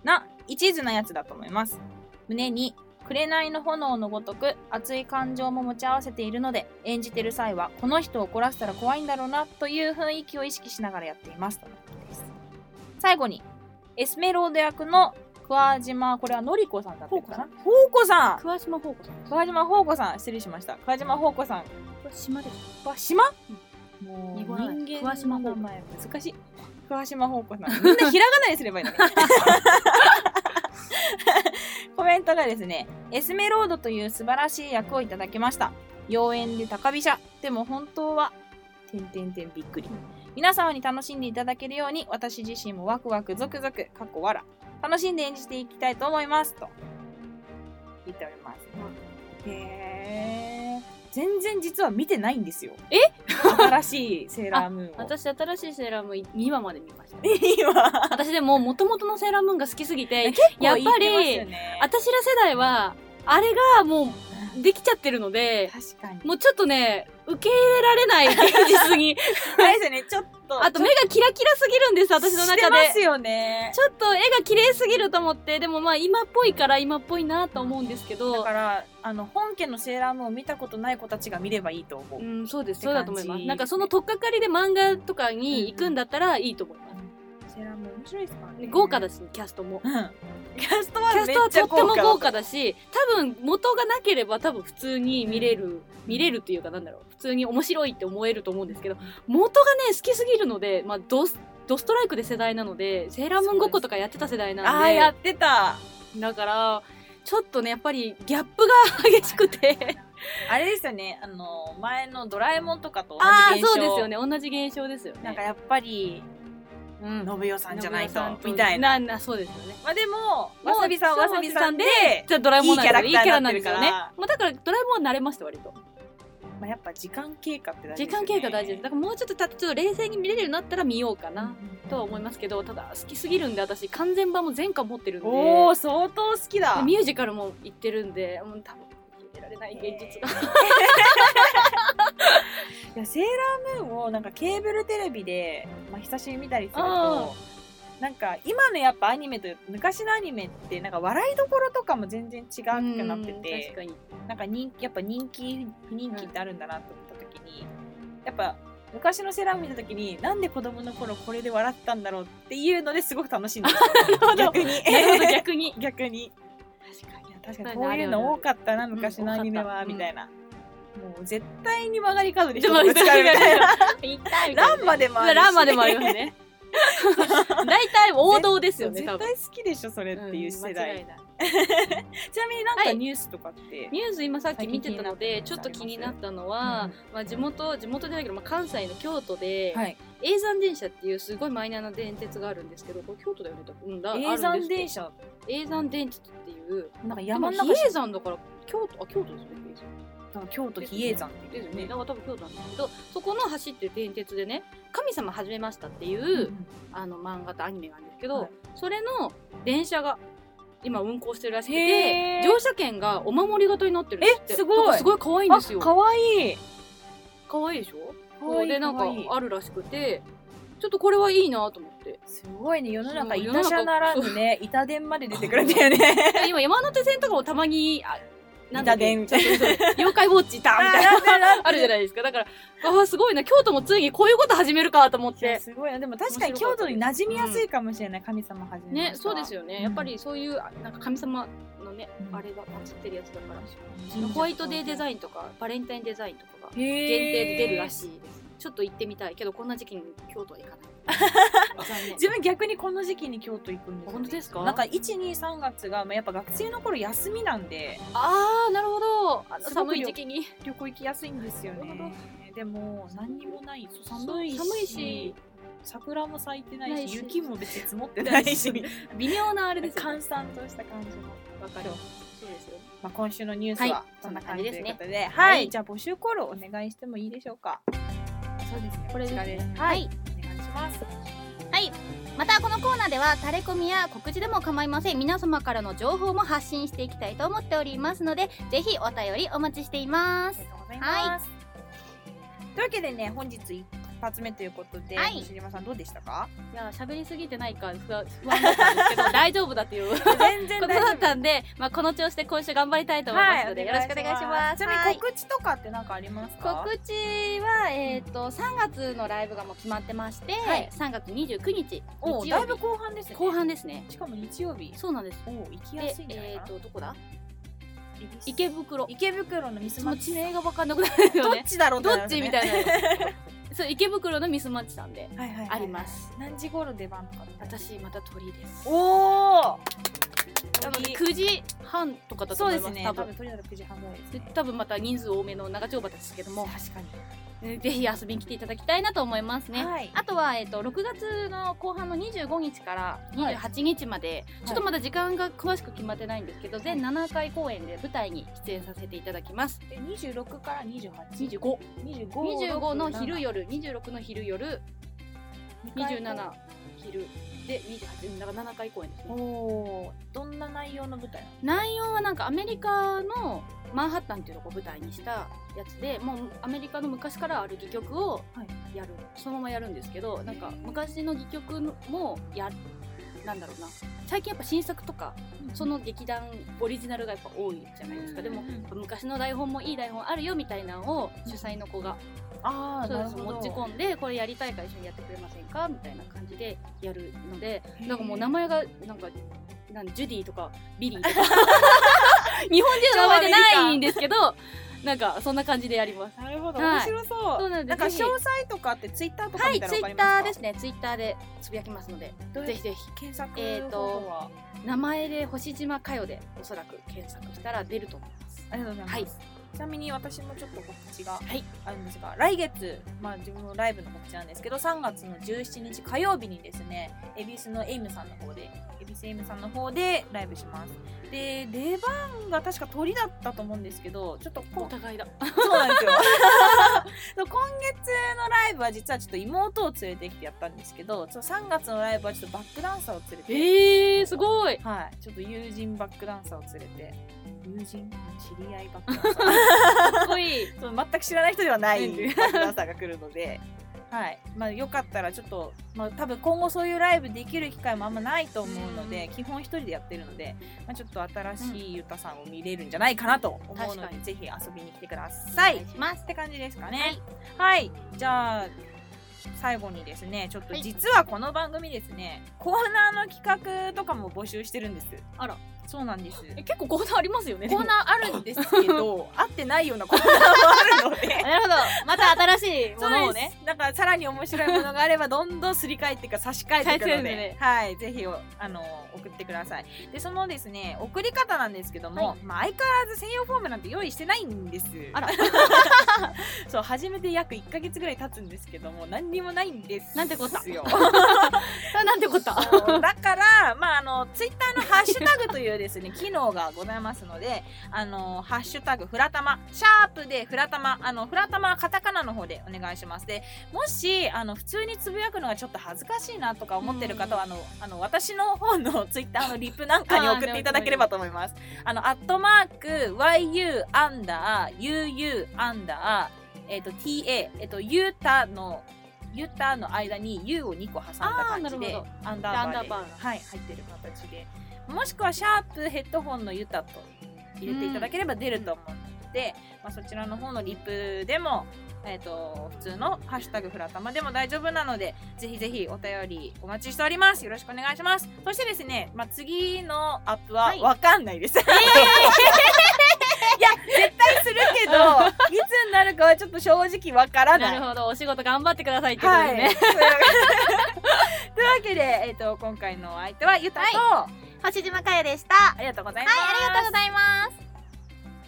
[SPEAKER 1] な一途なやつだと思います胸に紅の炎のごとく熱い感情も持ち合わせているので演じてる際はこの人を怒らせたら怖いんだろうなという雰囲気を意識しながらやっていますとのことです最後にエスメロード役の桑島これはのりこさんだったのかなほうこさん
[SPEAKER 3] 桑島宝子さん
[SPEAKER 1] 桑島宝子さん失礼しました桑島宝子さん
[SPEAKER 3] これ島です
[SPEAKER 1] 桑島、もう
[SPEAKER 3] 濁らない
[SPEAKER 1] 人間
[SPEAKER 3] 桑島
[SPEAKER 1] の
[SPEAKER 3] 宝
[SPEAKER 1] 名
[SPEAKER 3] 子
[SPEAKER 1] 前難しい桑島宝子さんみんなひらがなにすればいいのね コメントがですねエスメロードという素晴らしい役をいただきました妖艶で高飛車でも本当はてんてんてんびっくり皆様に楽しんでいただけるように私自身もワクワクゾクゾクかっこわら楽しんで演じていきたいと思いますと言っております、へえ全然実は見てないんですよえ新しいセーラームーンを
[SPEAKER 3] 私新しいセーラームーン2話まで見ました
[SPEAKER 1] 今
[SPEAKER 3] 私でももともとのセーラームーンが好きすぎて
[SPEAKER 1] や
[SPEAKER 3] やっ
[SPEAKER 1] っ
[SPEAKER 3] ぱ
[SPEAKER 1] ぱ
[SPEAKER 3] り
[SPEAKER 1] り
[SPEAKER 3] 私ら世代はあれがもうできちゃってるので
[SPEAKER 1] 確かに
[SPEAKER 3] もうちょっとね受け入れられない現実 に
[SPEAKER 1] あれですよねちょっと
[SPEAKER 3] あと目がキラキラすぎるんです私の
[SPEAKER 1] し
[SPEAKER 3] 中
[SPEAKER 1] てま
[SPEAKER 3] です
[SPEAKER 1] よね
[SPEAKER 3] ちょっと絵が綺麗すぎると思ってでもまあ今っぽいから今っぽいなと思うんですけ
[SPEAKER 1] だ
[SPEAKER 3] ど
[SPEAKER 1] からあの本家のセーラームーンを見たことない子たちが見ればいいと思う、
[SPEAKER 3] うんそうです
[SPEAKER 1] って
[SPEAKER 3] そう
[SPEAKER 1] 感じ
[SPEAKER 3] だと思いますなんかその取っかかりで漫画とかに行くんだったらいいと思います、
[SPEAKER 1] セーラームーン面白いですからね
[SPEAKER 3] 豪華だしキャストも
[SPEAKER 1] うんキャストは
[SPEAKER 3] キ
[SPEAKER 1] め
[SPEAKER 3] ャス
[SPEAKER 1] っ
[SPEAKER 3] トは
[SPEAKER 1] ち
[SPEAKER 3] と
[SPEAKER 1] ゃ
[SPEAKER 3] っても豪
[SPEAKER 1] 豪華
[SPEAKER 3] 華だし多分元がなければ多分普通に見れる見れるっていうかなんだろう普通に面白いって思えると思うんですけど元がね好きすぎるのでまあドスドストライクで世代なのでセーラームーンごっことかやってた世代なんで
[SPEAKER 1] ああーやってた
[SPEAKER 3] だからちょっとねやっぱりギャップが激し くて
[SPEAKER 1] あれですよねあの前のドラえもんとかと同
[SPEAKER 3] ああ
[SPEAKER 1] じ現象
[SPEAKER 3] そうですよね同じ現象ですよね
[SPEAKER 1] なんかやっぱり
[SPEAKER 3] うん
[SPEAKER 1] 信代さんじゃないと
[SPEAKER 3] 信代さん
[SPEAKER 1] みたいな
[SPEAKER 3] ななそうですよね
[SPEAKER 1] まあでも
[SPEAKER 3] もう
[SPEAKER 1] わさびさん
[SPEAKER 3] そう
[SPEAKER 1] わさびさんで
[SPEAKER 3] わじゃあドラえもんなんですよ
[SPEAKER 1] いい
[SPEAKER 3] い
[SPEAKER 1] キ
[SPEAKER 3] い
[SPEAKER 1] ャ
[SPEAKER 3] キャ
[SPEAKER 1] ラになっ
[SPEAKER 3] ラな
[SPEAKER 1] て
[SPEAKER 3] ん
[SPEAKER 1] る
[SPEAKER 3] ですよ
[SPEAKER 1] か
[SPEAKER 3] ね
[SPEAKER 1] ら
[SPEAKER 3] もうだからドラえもんは慣れました割と
[SPEAKER 1] まあ、やっぱ時間経過って大事で
[SPEAKER 3] 時
[SPEAKER 1] すよ
[SPEAKER 3] 間
[SPEAKER 1] ね
[SPEAKER 3] 経過大事ですだからもうちょっとたちょっと冷静に見れるようになったら見ようかなとは思い
[SPEAKER 1] ま
[SPEAKER 3] ますけどただ好きすぎるんで私完全版も全巻持ってるんで
[SPEAKER 1] おお相当好きだ
[SPEAKER 3] でミュージカルも行ってるんでもう多分受け入れられない現実が
[SPEAKER 1] いやセーラームーンをなんかケーブルテレビで、まあ、久しぶりに見たりする
[SPEAKER 3] あ
[SPEAKER 1] となんか今のやっぱアニメと昔のアニメってなんか笑いどころとかも全然違
[SPEAKER 3] う
[SPEAKER 1] く
[SPEAKER 3] ん
[SPEAKER 1] なってて
[SPEAKER 3] 確かに
[SPEAKER 1] なんか人気やっぱ人気不人気ってあるんだなと思った時に、やっぱ昔のセーラームーン見た時になんで子供の頃これで笑ったんだろうっていうのですごく楽しいんですよ
[SPEAKER 3] ほど
[SPEAKER 1] 逆に
[SPEAKER 3] なるほど逆に
[SPEAKER 1] 逆に
[SPEAKER 3] 確かに
[SPEAKER 1] いや確か
[SPEAKER 3] そう
[SPEAKER 1] に
[SPEAKER 3] ね
[SPEAKER 1] こういうの多かったな昔のアニメ
[SPEAKER 3] うん多か
[SPEAKER 1] は、
[SPEAKER 3] った
[SPEAKER 1] みたいな、もう絶対に曲がり角で
[SPEAKER 3] で
[SPEAKER 1] 人
[SPEAKER 3] も
[SPEAKER 1] とぶつかるみたいな
[SPEAKER 3] 行ったみたいな
[SPEAKER 1] ランマでもあるし
[SPEAKER 3] ランマでもあります ね大体王道ですよね
[SPEAKER 1] 絶
[SPEAKER 3] 多
[SPEAKER 1] 対
[SPEAKER 3] 分
[SPEAKER 1] 好きでしょそれっていう世代、
[SPEAKER 3] うん間違いない
[SPEAKER 1] ちなみになんか
[SPEAKER 3] はい
[SPEAKER 1] ニュースとかって、
[SPEAKER 3] ニュース今さっき見てたので
[SPEAKER 1] 最近
[SPEAKER 3] ちょっと気になったの
[SPEAKER 1] うん
[SPEAKER 3] は、まあ、地元地元じゃないけど、まあ、関西の京都で、
[SPEAKER 1] はい
[SPEAKER 3] 永山電車っていうすごいマイナーな電鉄があるんですけどこれ京都だよね多分うんだ
[SPEAKER 1] 永
[SPEAKER 3] あるんで
[SPEAKER 1] 山
[SPEAKER 3] すけど
[SPEAKER 1] 電車
[SPEAKER 3] 永山電鉄っていう
[SPEAKER 1] なんか
[SPEAKER 3] 山
[SPEAKER 1] 山の
[SPEAKER 3] の中
[SPEAKER 1] 中
[SPEAKER 3] 比叡山だから京都あ京都ですよね比叡山
[SPEAKER 1] 京都比叡山って
[SPEAKER 3] で
[SPEAKER 1] い
[SPEAKER 3] す
[SPEAKER 1] う
[SPEAKER 3] よね
[SPEAKER 1] ね
[SPEAKER 3] だから多分京都なんですけどそこの走ってる電鉄でね「神様始めました」っていう、あの漫画とアニメがあるんですけど、
[SPEAKER 1] はい
[SPEAKER 3] それの電車が今運行してるらしく
[SPEAKER 1] へ
[SPEAKER 3] て
[SPEAKER 1] ー
[SPEAKER 3] 乗車券がお守り型になってるんですって
[SPEAKER 1] えすごい
[SPEAKER 3] だからすごい可愛いん
[SPEAKER 1] あ
[SPEAKER 3] ですよ
[SPEAKER 1] かわいい
[SPEAKER 3] 可愛いでしょ
[SPEAKER 1] かわいい
[SPEAKER 3] でなんか
[SPEAKER 1] かわいい
[SPEAKER 3] あるらしくてちょっとこれはいいなと思って
[SPEAKER 1] すごいね世の中
[SPEAKER 3] そう世
[SPEAKER 1] 板
[SPEAKER 3] の中
[SPEAKER 1] 車ならぬね板電まで出てくるんだよね
[SPEAKER 3] 今山手線とかもたまにあだっけ
[SPEAKER 1] 板電
[SPEAKER 3] ちょっとそう妖怪ウォッチいたみたいな あるじゃないですかだからあーすごいな京都もついにこういうこと始めるかと思っ
[SPEAKER 1] いや
[SPEAKER 3] て
[SPEAKER 1] すごいなでも確かに京都に馴染みやすいかもしれない、神様はじめ
[SPEAKER 3] ねそうです
[SPEAKER 1] よ
[SPEAKER 3] よ
[SPEAKER 1] う
[SPEAKER 3] ね
[SPEAKER 1] ん
[SPEAKER 3] やっぱりそういうあなんか神様のね
[SPEAKER 1] うん
[SPEAKER 3] あれが映ってるやつだからホワイトデーデ
[SPEAKER 1] イ
[SPEAKER 3] ザインとかバレンタインデザインとかが
[SPEAKER 1] ン限
[SPEAKER 3] 限定で出るらしいですちょっと行ってみたいけどこんな時期に京都は行かない残念
[SPEAKER 1] 自分逆にこの時期に京都行くんですよ
[SPEAKER 3] 本当ですか
[SPEAKER 1] なんか123月がまあやっぱ学生の頃休みなんで
[SPEAKER 3] ああなるほどあの
[SPEAKER 1] すごく
[SPEAKER 3] 寒
[SPEAKER 1] よ
[SPEAKER 3] い時期に
[SPEAKER 1] 旅行行きやすいんですよ
[SPEAKER 3] なるほ
[SPEAKER 1] ねでも何にもないそう
[SPEAKER 3] そう
[SPEAKER 1] 寒いし
[SPEAKER 3] 寒いし
[SPEAKER 1] 桜も咲いてないし
[SPEAKER 3] ないし
[SPEAKER 1] 雪も別に積もってない し
[SPEAKER 3] ない微妙なあれですよね
[SPEAKER 1] 閑散とした感じの、
[SPEAKER 3] わかるそうですよ
[SPEAKER 1] まあ、今週のニュース
[SPEAKER 3] は
[SPEAKER 1] はいそんな感じということで、はい
[SPEAKER 3] はい
[SPEAKER 1] じゃあ募集コールをお願いしてもいいでしょうかそうですね
[SPEAKER 3] これですね
[SPEAKER 1] こちらですはい、お願いします
[SPEAKER 2] ははい。またこのコーナーではタレコミや告知でも構いません皆様からの情報も発信していきたいと思っておりますのでぜひお便りお待ちしていま
[SPEAKER 1] あり
[SPEAKER 2] す
[SPEAKER 1] がとうございます。というわけでね、本日一発目ということで、
[SPEAKER 2] はい
[SPEAKER 1] 西島さんどうでしたか？
[SPEAKER 3] いや喋りすぎてないか不安不安だったんですけ ど大丈夫だっていう こと
[SPEAKER 1] 全然大丈夫
[SPEAKER 3] だったんで、まあ、この調子で今週頑張りたいと思いますので、よろしくお願いします。
[SPEAKER 1] ちな
[SPEAKER 3] は
[SPEAKER 1] み
[SPEAKER 3] い
[SPEAKER 1] に告知とかってなんかありますか？
[SPEAKER 3] 告知は、えー、と3月のライブがもう決まってまして、
[SPEAKER 1] はい
[SPEAKER 3] 3月29日
[SPEAKER 1] お
[SPEAKER 3] 日
[SPEAKER 1] だ
[SPEAKER 3] 曜
[SPEAKER 1] いぶ
[SPEAKER 3] 日
[SPEAKER 1] 後半ですね。
[SPEAKER 3] 後半ですね
[SPEAKER 1] しかも日曜日。
[SPEAKER 3] そうなんです
[SPEAKER 1] お行きや
[SPEAKER 3] です
[SPEAKER 1] いんじゃない
[SPEAKER 3] え
[SPEAKER 1] か
[SPEAKER 3] ー、
[SPEAKER 1] な。
[SPEAKER 3] とどこだ
[SPEAKER 1] イギリス
[SPEAKER 3] 池袋
[SPEAKER 1] 池袋のミス
[SPEAKER 3] も
[SPEAKER 1] マ
[SPEAKER 3] う
[SPEAKER 1] ッチ
[SPEAKER 3] 地。名が分かんなくなる
[SPEAKER 1] ど
[SPEAKER 3] よ
[SPEAKER 1] っ
[SPEAKER 3] ね
[SPEAKER 1] ちだろう
[SPEAKER 3] どっちみた
[SPEAKER 1] い
[SPEAKER 3] いなそう池袋のミスマッチさんで
[SPEAKER 1] な。はいはいはい
[SPEAKER 3] あります。
[SPEAKER 1] 何時頃出番とかって？
[SPEAKER 3] 私また鳥です
[SPEAKER 1] おお。
[SPEAKER 3] 多分9時半とかだと
[SPEAKER 1] そう
[SPEAKER 3] 思
[SPEAKER 1] で
[SPEAKER 3] います
[SPEAKER 1] すね。多
[SPEAKER 3] 多分
[SPEAKER 1] 分とりあえず9時半ぐらいです
[SPEAKER 3] で
[SPEAKER 1] ね。
[SPEAKER 3] 多分また人数多めの長丁場ですけども
[SPEAKER 1] 確かに。
[SPEAKER 3] えーぜひ遊びに来ていただきたいなと思いますね、
[SPEAKER 1] はい
[SPEAKER 3] あとは、えー、と6月の後半の25日から28日まで、
[SPEAKER 1] い
[SPEAKER 3] ちょっとまだ時間が詳しく決まってないんですけど、全7回公演で舞台に出演させていただきます
[SPEAKER 1] で26から28。25
[SPEAKER 3] 2525 25の昼夜26の昼夜27昼で28だから7回公演です
[SPEAKER 1] お
[SPEAKER 3] ね
[SPEAKER 1] おーどんな内容の舞台
[SPEAKER 3] 内容はなんかアメリカのマンハッタンっていうとこを舞台にしたやつでもうアメリカの昔からある戯曲をやる、そのままやるんですけどなんか昔の戯曲もやなんだろうな最近やっぱ新作とかその劇団オリジナルがやっぱ多いじゃないですかでも
[SPEAKER 1] うんうんうん
[SPEAKER 3] 昔の台本もいい台本あるよみたいなのを主催の子が
[SPEAKER 1] あ
[SPEAKER 3] そうです持ち込んでこれやりたいから一緒にやってくれませんかみたいな感じでやるのでなんかもう名前がなんかなんジュディとかビリーとか 日本人の名前でないんですけど なんかそんな感じでやります。
[SPEAKER 1] なるほど
[SPEAKER 3] はい
[SPEAKER 1] 面白そう,、
[SPEAKER 3] そうなんです
[SPEAKER 1] か詳
[SPEAKER 3] ぜひ
[SPEAKER 1] 細とかってツイッターとか
[SPEAKER 3] は
[SPEAKER 1] 見
[SPEAKER 3] い
[SPEAKER 1] たら
[SPEAKER 3] ツ
[SPEAKER 1] わかり
[SPEAKER 3] イ
[SPEAKER 1] ま
[SPEAKER 3] ッ
[SPEAKER 1] す
[SPEAKER 3] タ
[SPEAKER 1] か、
[SPEAKER 3] ーですねツイッターでつぶやきますので
[SPEAKER 1] どうや
[SPEAKER 3] ぜ
[SPEAKER 1] っ
[SPEAKER 3] ひ
[SPEAKER 1] て
[SPEAKER 3] ぜひ
[SPEAKER 1] 検索方
[SPEAKER 3] えーと
[SPEAKER 1] 法は、
[SPEAKER 3] 名前で星島かよでおそらく検索したら出ると思います。
[SPEAKER 1] ありがとうございます、
[SPEAKER 3] はい
[SPEAKER 1] ちなみに私もちょっと告知が
[SPEAKER 3] はい
[SPEAKER 1] あるんですが、来月、まあ、自分のライブの告知なんですけど3月の17日火曜日にですね恵比寿のエイムさんの方で恵比寿エイムさんの方でライブしますで出番が確か鳥だったと思うんですけどちょっと
[SPEAKER 3] お
[SPEAKER 1] こ
[SPEAKER 3] 互いだ。
[SPEAKER 1] そうなんです よそう今月のライブは実はちょっと妹を連れてきてやったんですけどそう3月のライブはちょっとバックダンサーを連れて、
[SPEAKER 3] えー、すごい。
[SPEAKER 1] はい、ちょっと友人バックダンサーを連れて友人知り合いバックダンサー
[SPEAKER 3] かっこいい。
[SPEAKER 1] そう全く知らない人ではない
[SPEAKER 3] うん
[SPEAKER 1] バックダンサーが来るので、はいまあ、よかったらちょっと、まあ、多分今後そういうライブできる機会もあんまないと思うので、基本一人でやってるので、まあ、ちょっと新しいゆたさんを見れるんじゃないかなと思うの
[SPEAKER 3] 確か
[SPEAKER 1] で、
[SPEAKER 3] に
[SPEAKER 1] ぜひ遊びに来てください。
[SPEAKER 3] お願いします
[SPEAKER 1] って感じですかね。はい、じゃあ最後にですねちょっと
[SPEAKER 2] はい
[SPEAKER 1] 実はこの番組ですね、コーナーの企画とかも募集してるんです。
[SPEAKER 3] あら
[SPEAKER 1] そうなんです。
[SPEAKER 3] え結構コーナーありますよね。
[SPEAKER 1] コーナーあるんですけ ど合ってないようなコーナーもあるので。
[SPEAKER 3] なるほど。また新しいもの
[SPEAKER 1] そう
[SPEAKER 3] を
[SPEAKER 1] で
[SPEAKER 3] ね。
[SPEAKER 1] す。なんかさらに面白いものがあればどんどんすり替えていくか差し替えていくの
[SPEAKER 3] 返せ
[SPEAKER 1] で、
[SPEAKER 3] るね
[SPEAKER 1] はい、ぜひおあの送ってください。でそのですね送り方なんですけども、まあ相変わらず専用フォームなんて用意してないんです。
[SPEAKER 3] あら
[SPEAKER 1] そう初めて約1ヶ月ぐらい経つんですけども何にもないんです。
[SPEAKER 3] なんてこった
[SPEAKER 1] よ。
[SPEAKER 3] あ なんてこった。
[SPEAKER 1] そうだから、まあ、あのツイッターのハッシュタグというです ね機能がございますのであのハッシュタグフラタマシャープでフラタマあのフラタマはカタカナの方でお願いしますでもしあの普通につぶやくのがちょっと恥ずかしいなとか思ってる方はあのあの私の方の ツイッターのリプなんかに送っていただければと思います。あのアットマーク YU アンダー UU アンダー、えっと TA、えっとユータのユタの間に U を2個挟んだ感じで
[SPEAKER 3] あーなるほ
[SPEAKER 1] アンダーバーで
[SPEAKER 3] アンダーバーが
[SPEAKER 1] はい、入ってる形でもしくはシャープヘッドホンのユタと入れていただければ出ると思うので、まあ、そちらの方のリプでも、えっと普通の「ハッシュタグフラタマ」でも大丈夫なのでぜひぜひお便りお待ちしておりますよろしくお願いしますそしてですね、まあ、次のアップは
[SPEAKER 3] はい
[SPEAKER 1] わかん ないです、いや絶対するけどいつになるかはちょっと正直わからない
[SPEAKER 3] なるほど。お仕事頑張ってくださいってことで
[SPEAKER 1] は
[SPEAKER 3] す
[SPEAKER 1] い。
[SPEAKER 3] ね。
[SPEAKER 1] というわけで、えっ、と、今回のお相手はゆたと、
[SPEAKER 2] 星島かよでしたはい
[SPEAKER 1] ありがとうございます。
[SPEAKER 2] ありがとうございます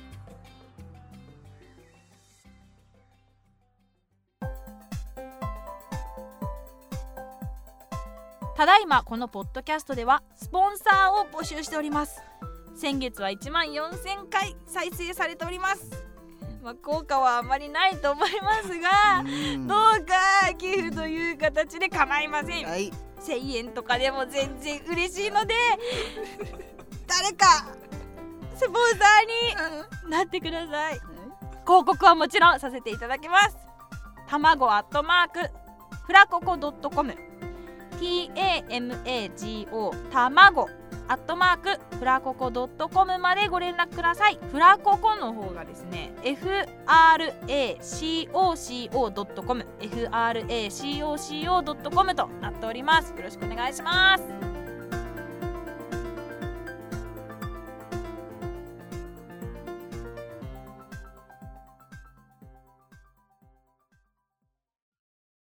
[SPEAKER 1] ただいまこのポッドキャストではスポンサーを募集しております先月は1万4000回再生されておりますまあ、効果はあまりないと思いますが
[SPEAKER 5] うん
[SPEAKER 1] どうか寄付という形で構いません
[SPEAKER 5] はい
[SPEAKER 1] 1000円とかでも全然嬉しい ので誰かスポンサーになってください広告はもちろんさせていただきます卵アットマークフラココドットコム TAMAGO 卵アットマークフラココドットコムまでご連絡くださいフラココの方がですね FRACOCO.com FRACOCO.com となっておりますよろしくお願いします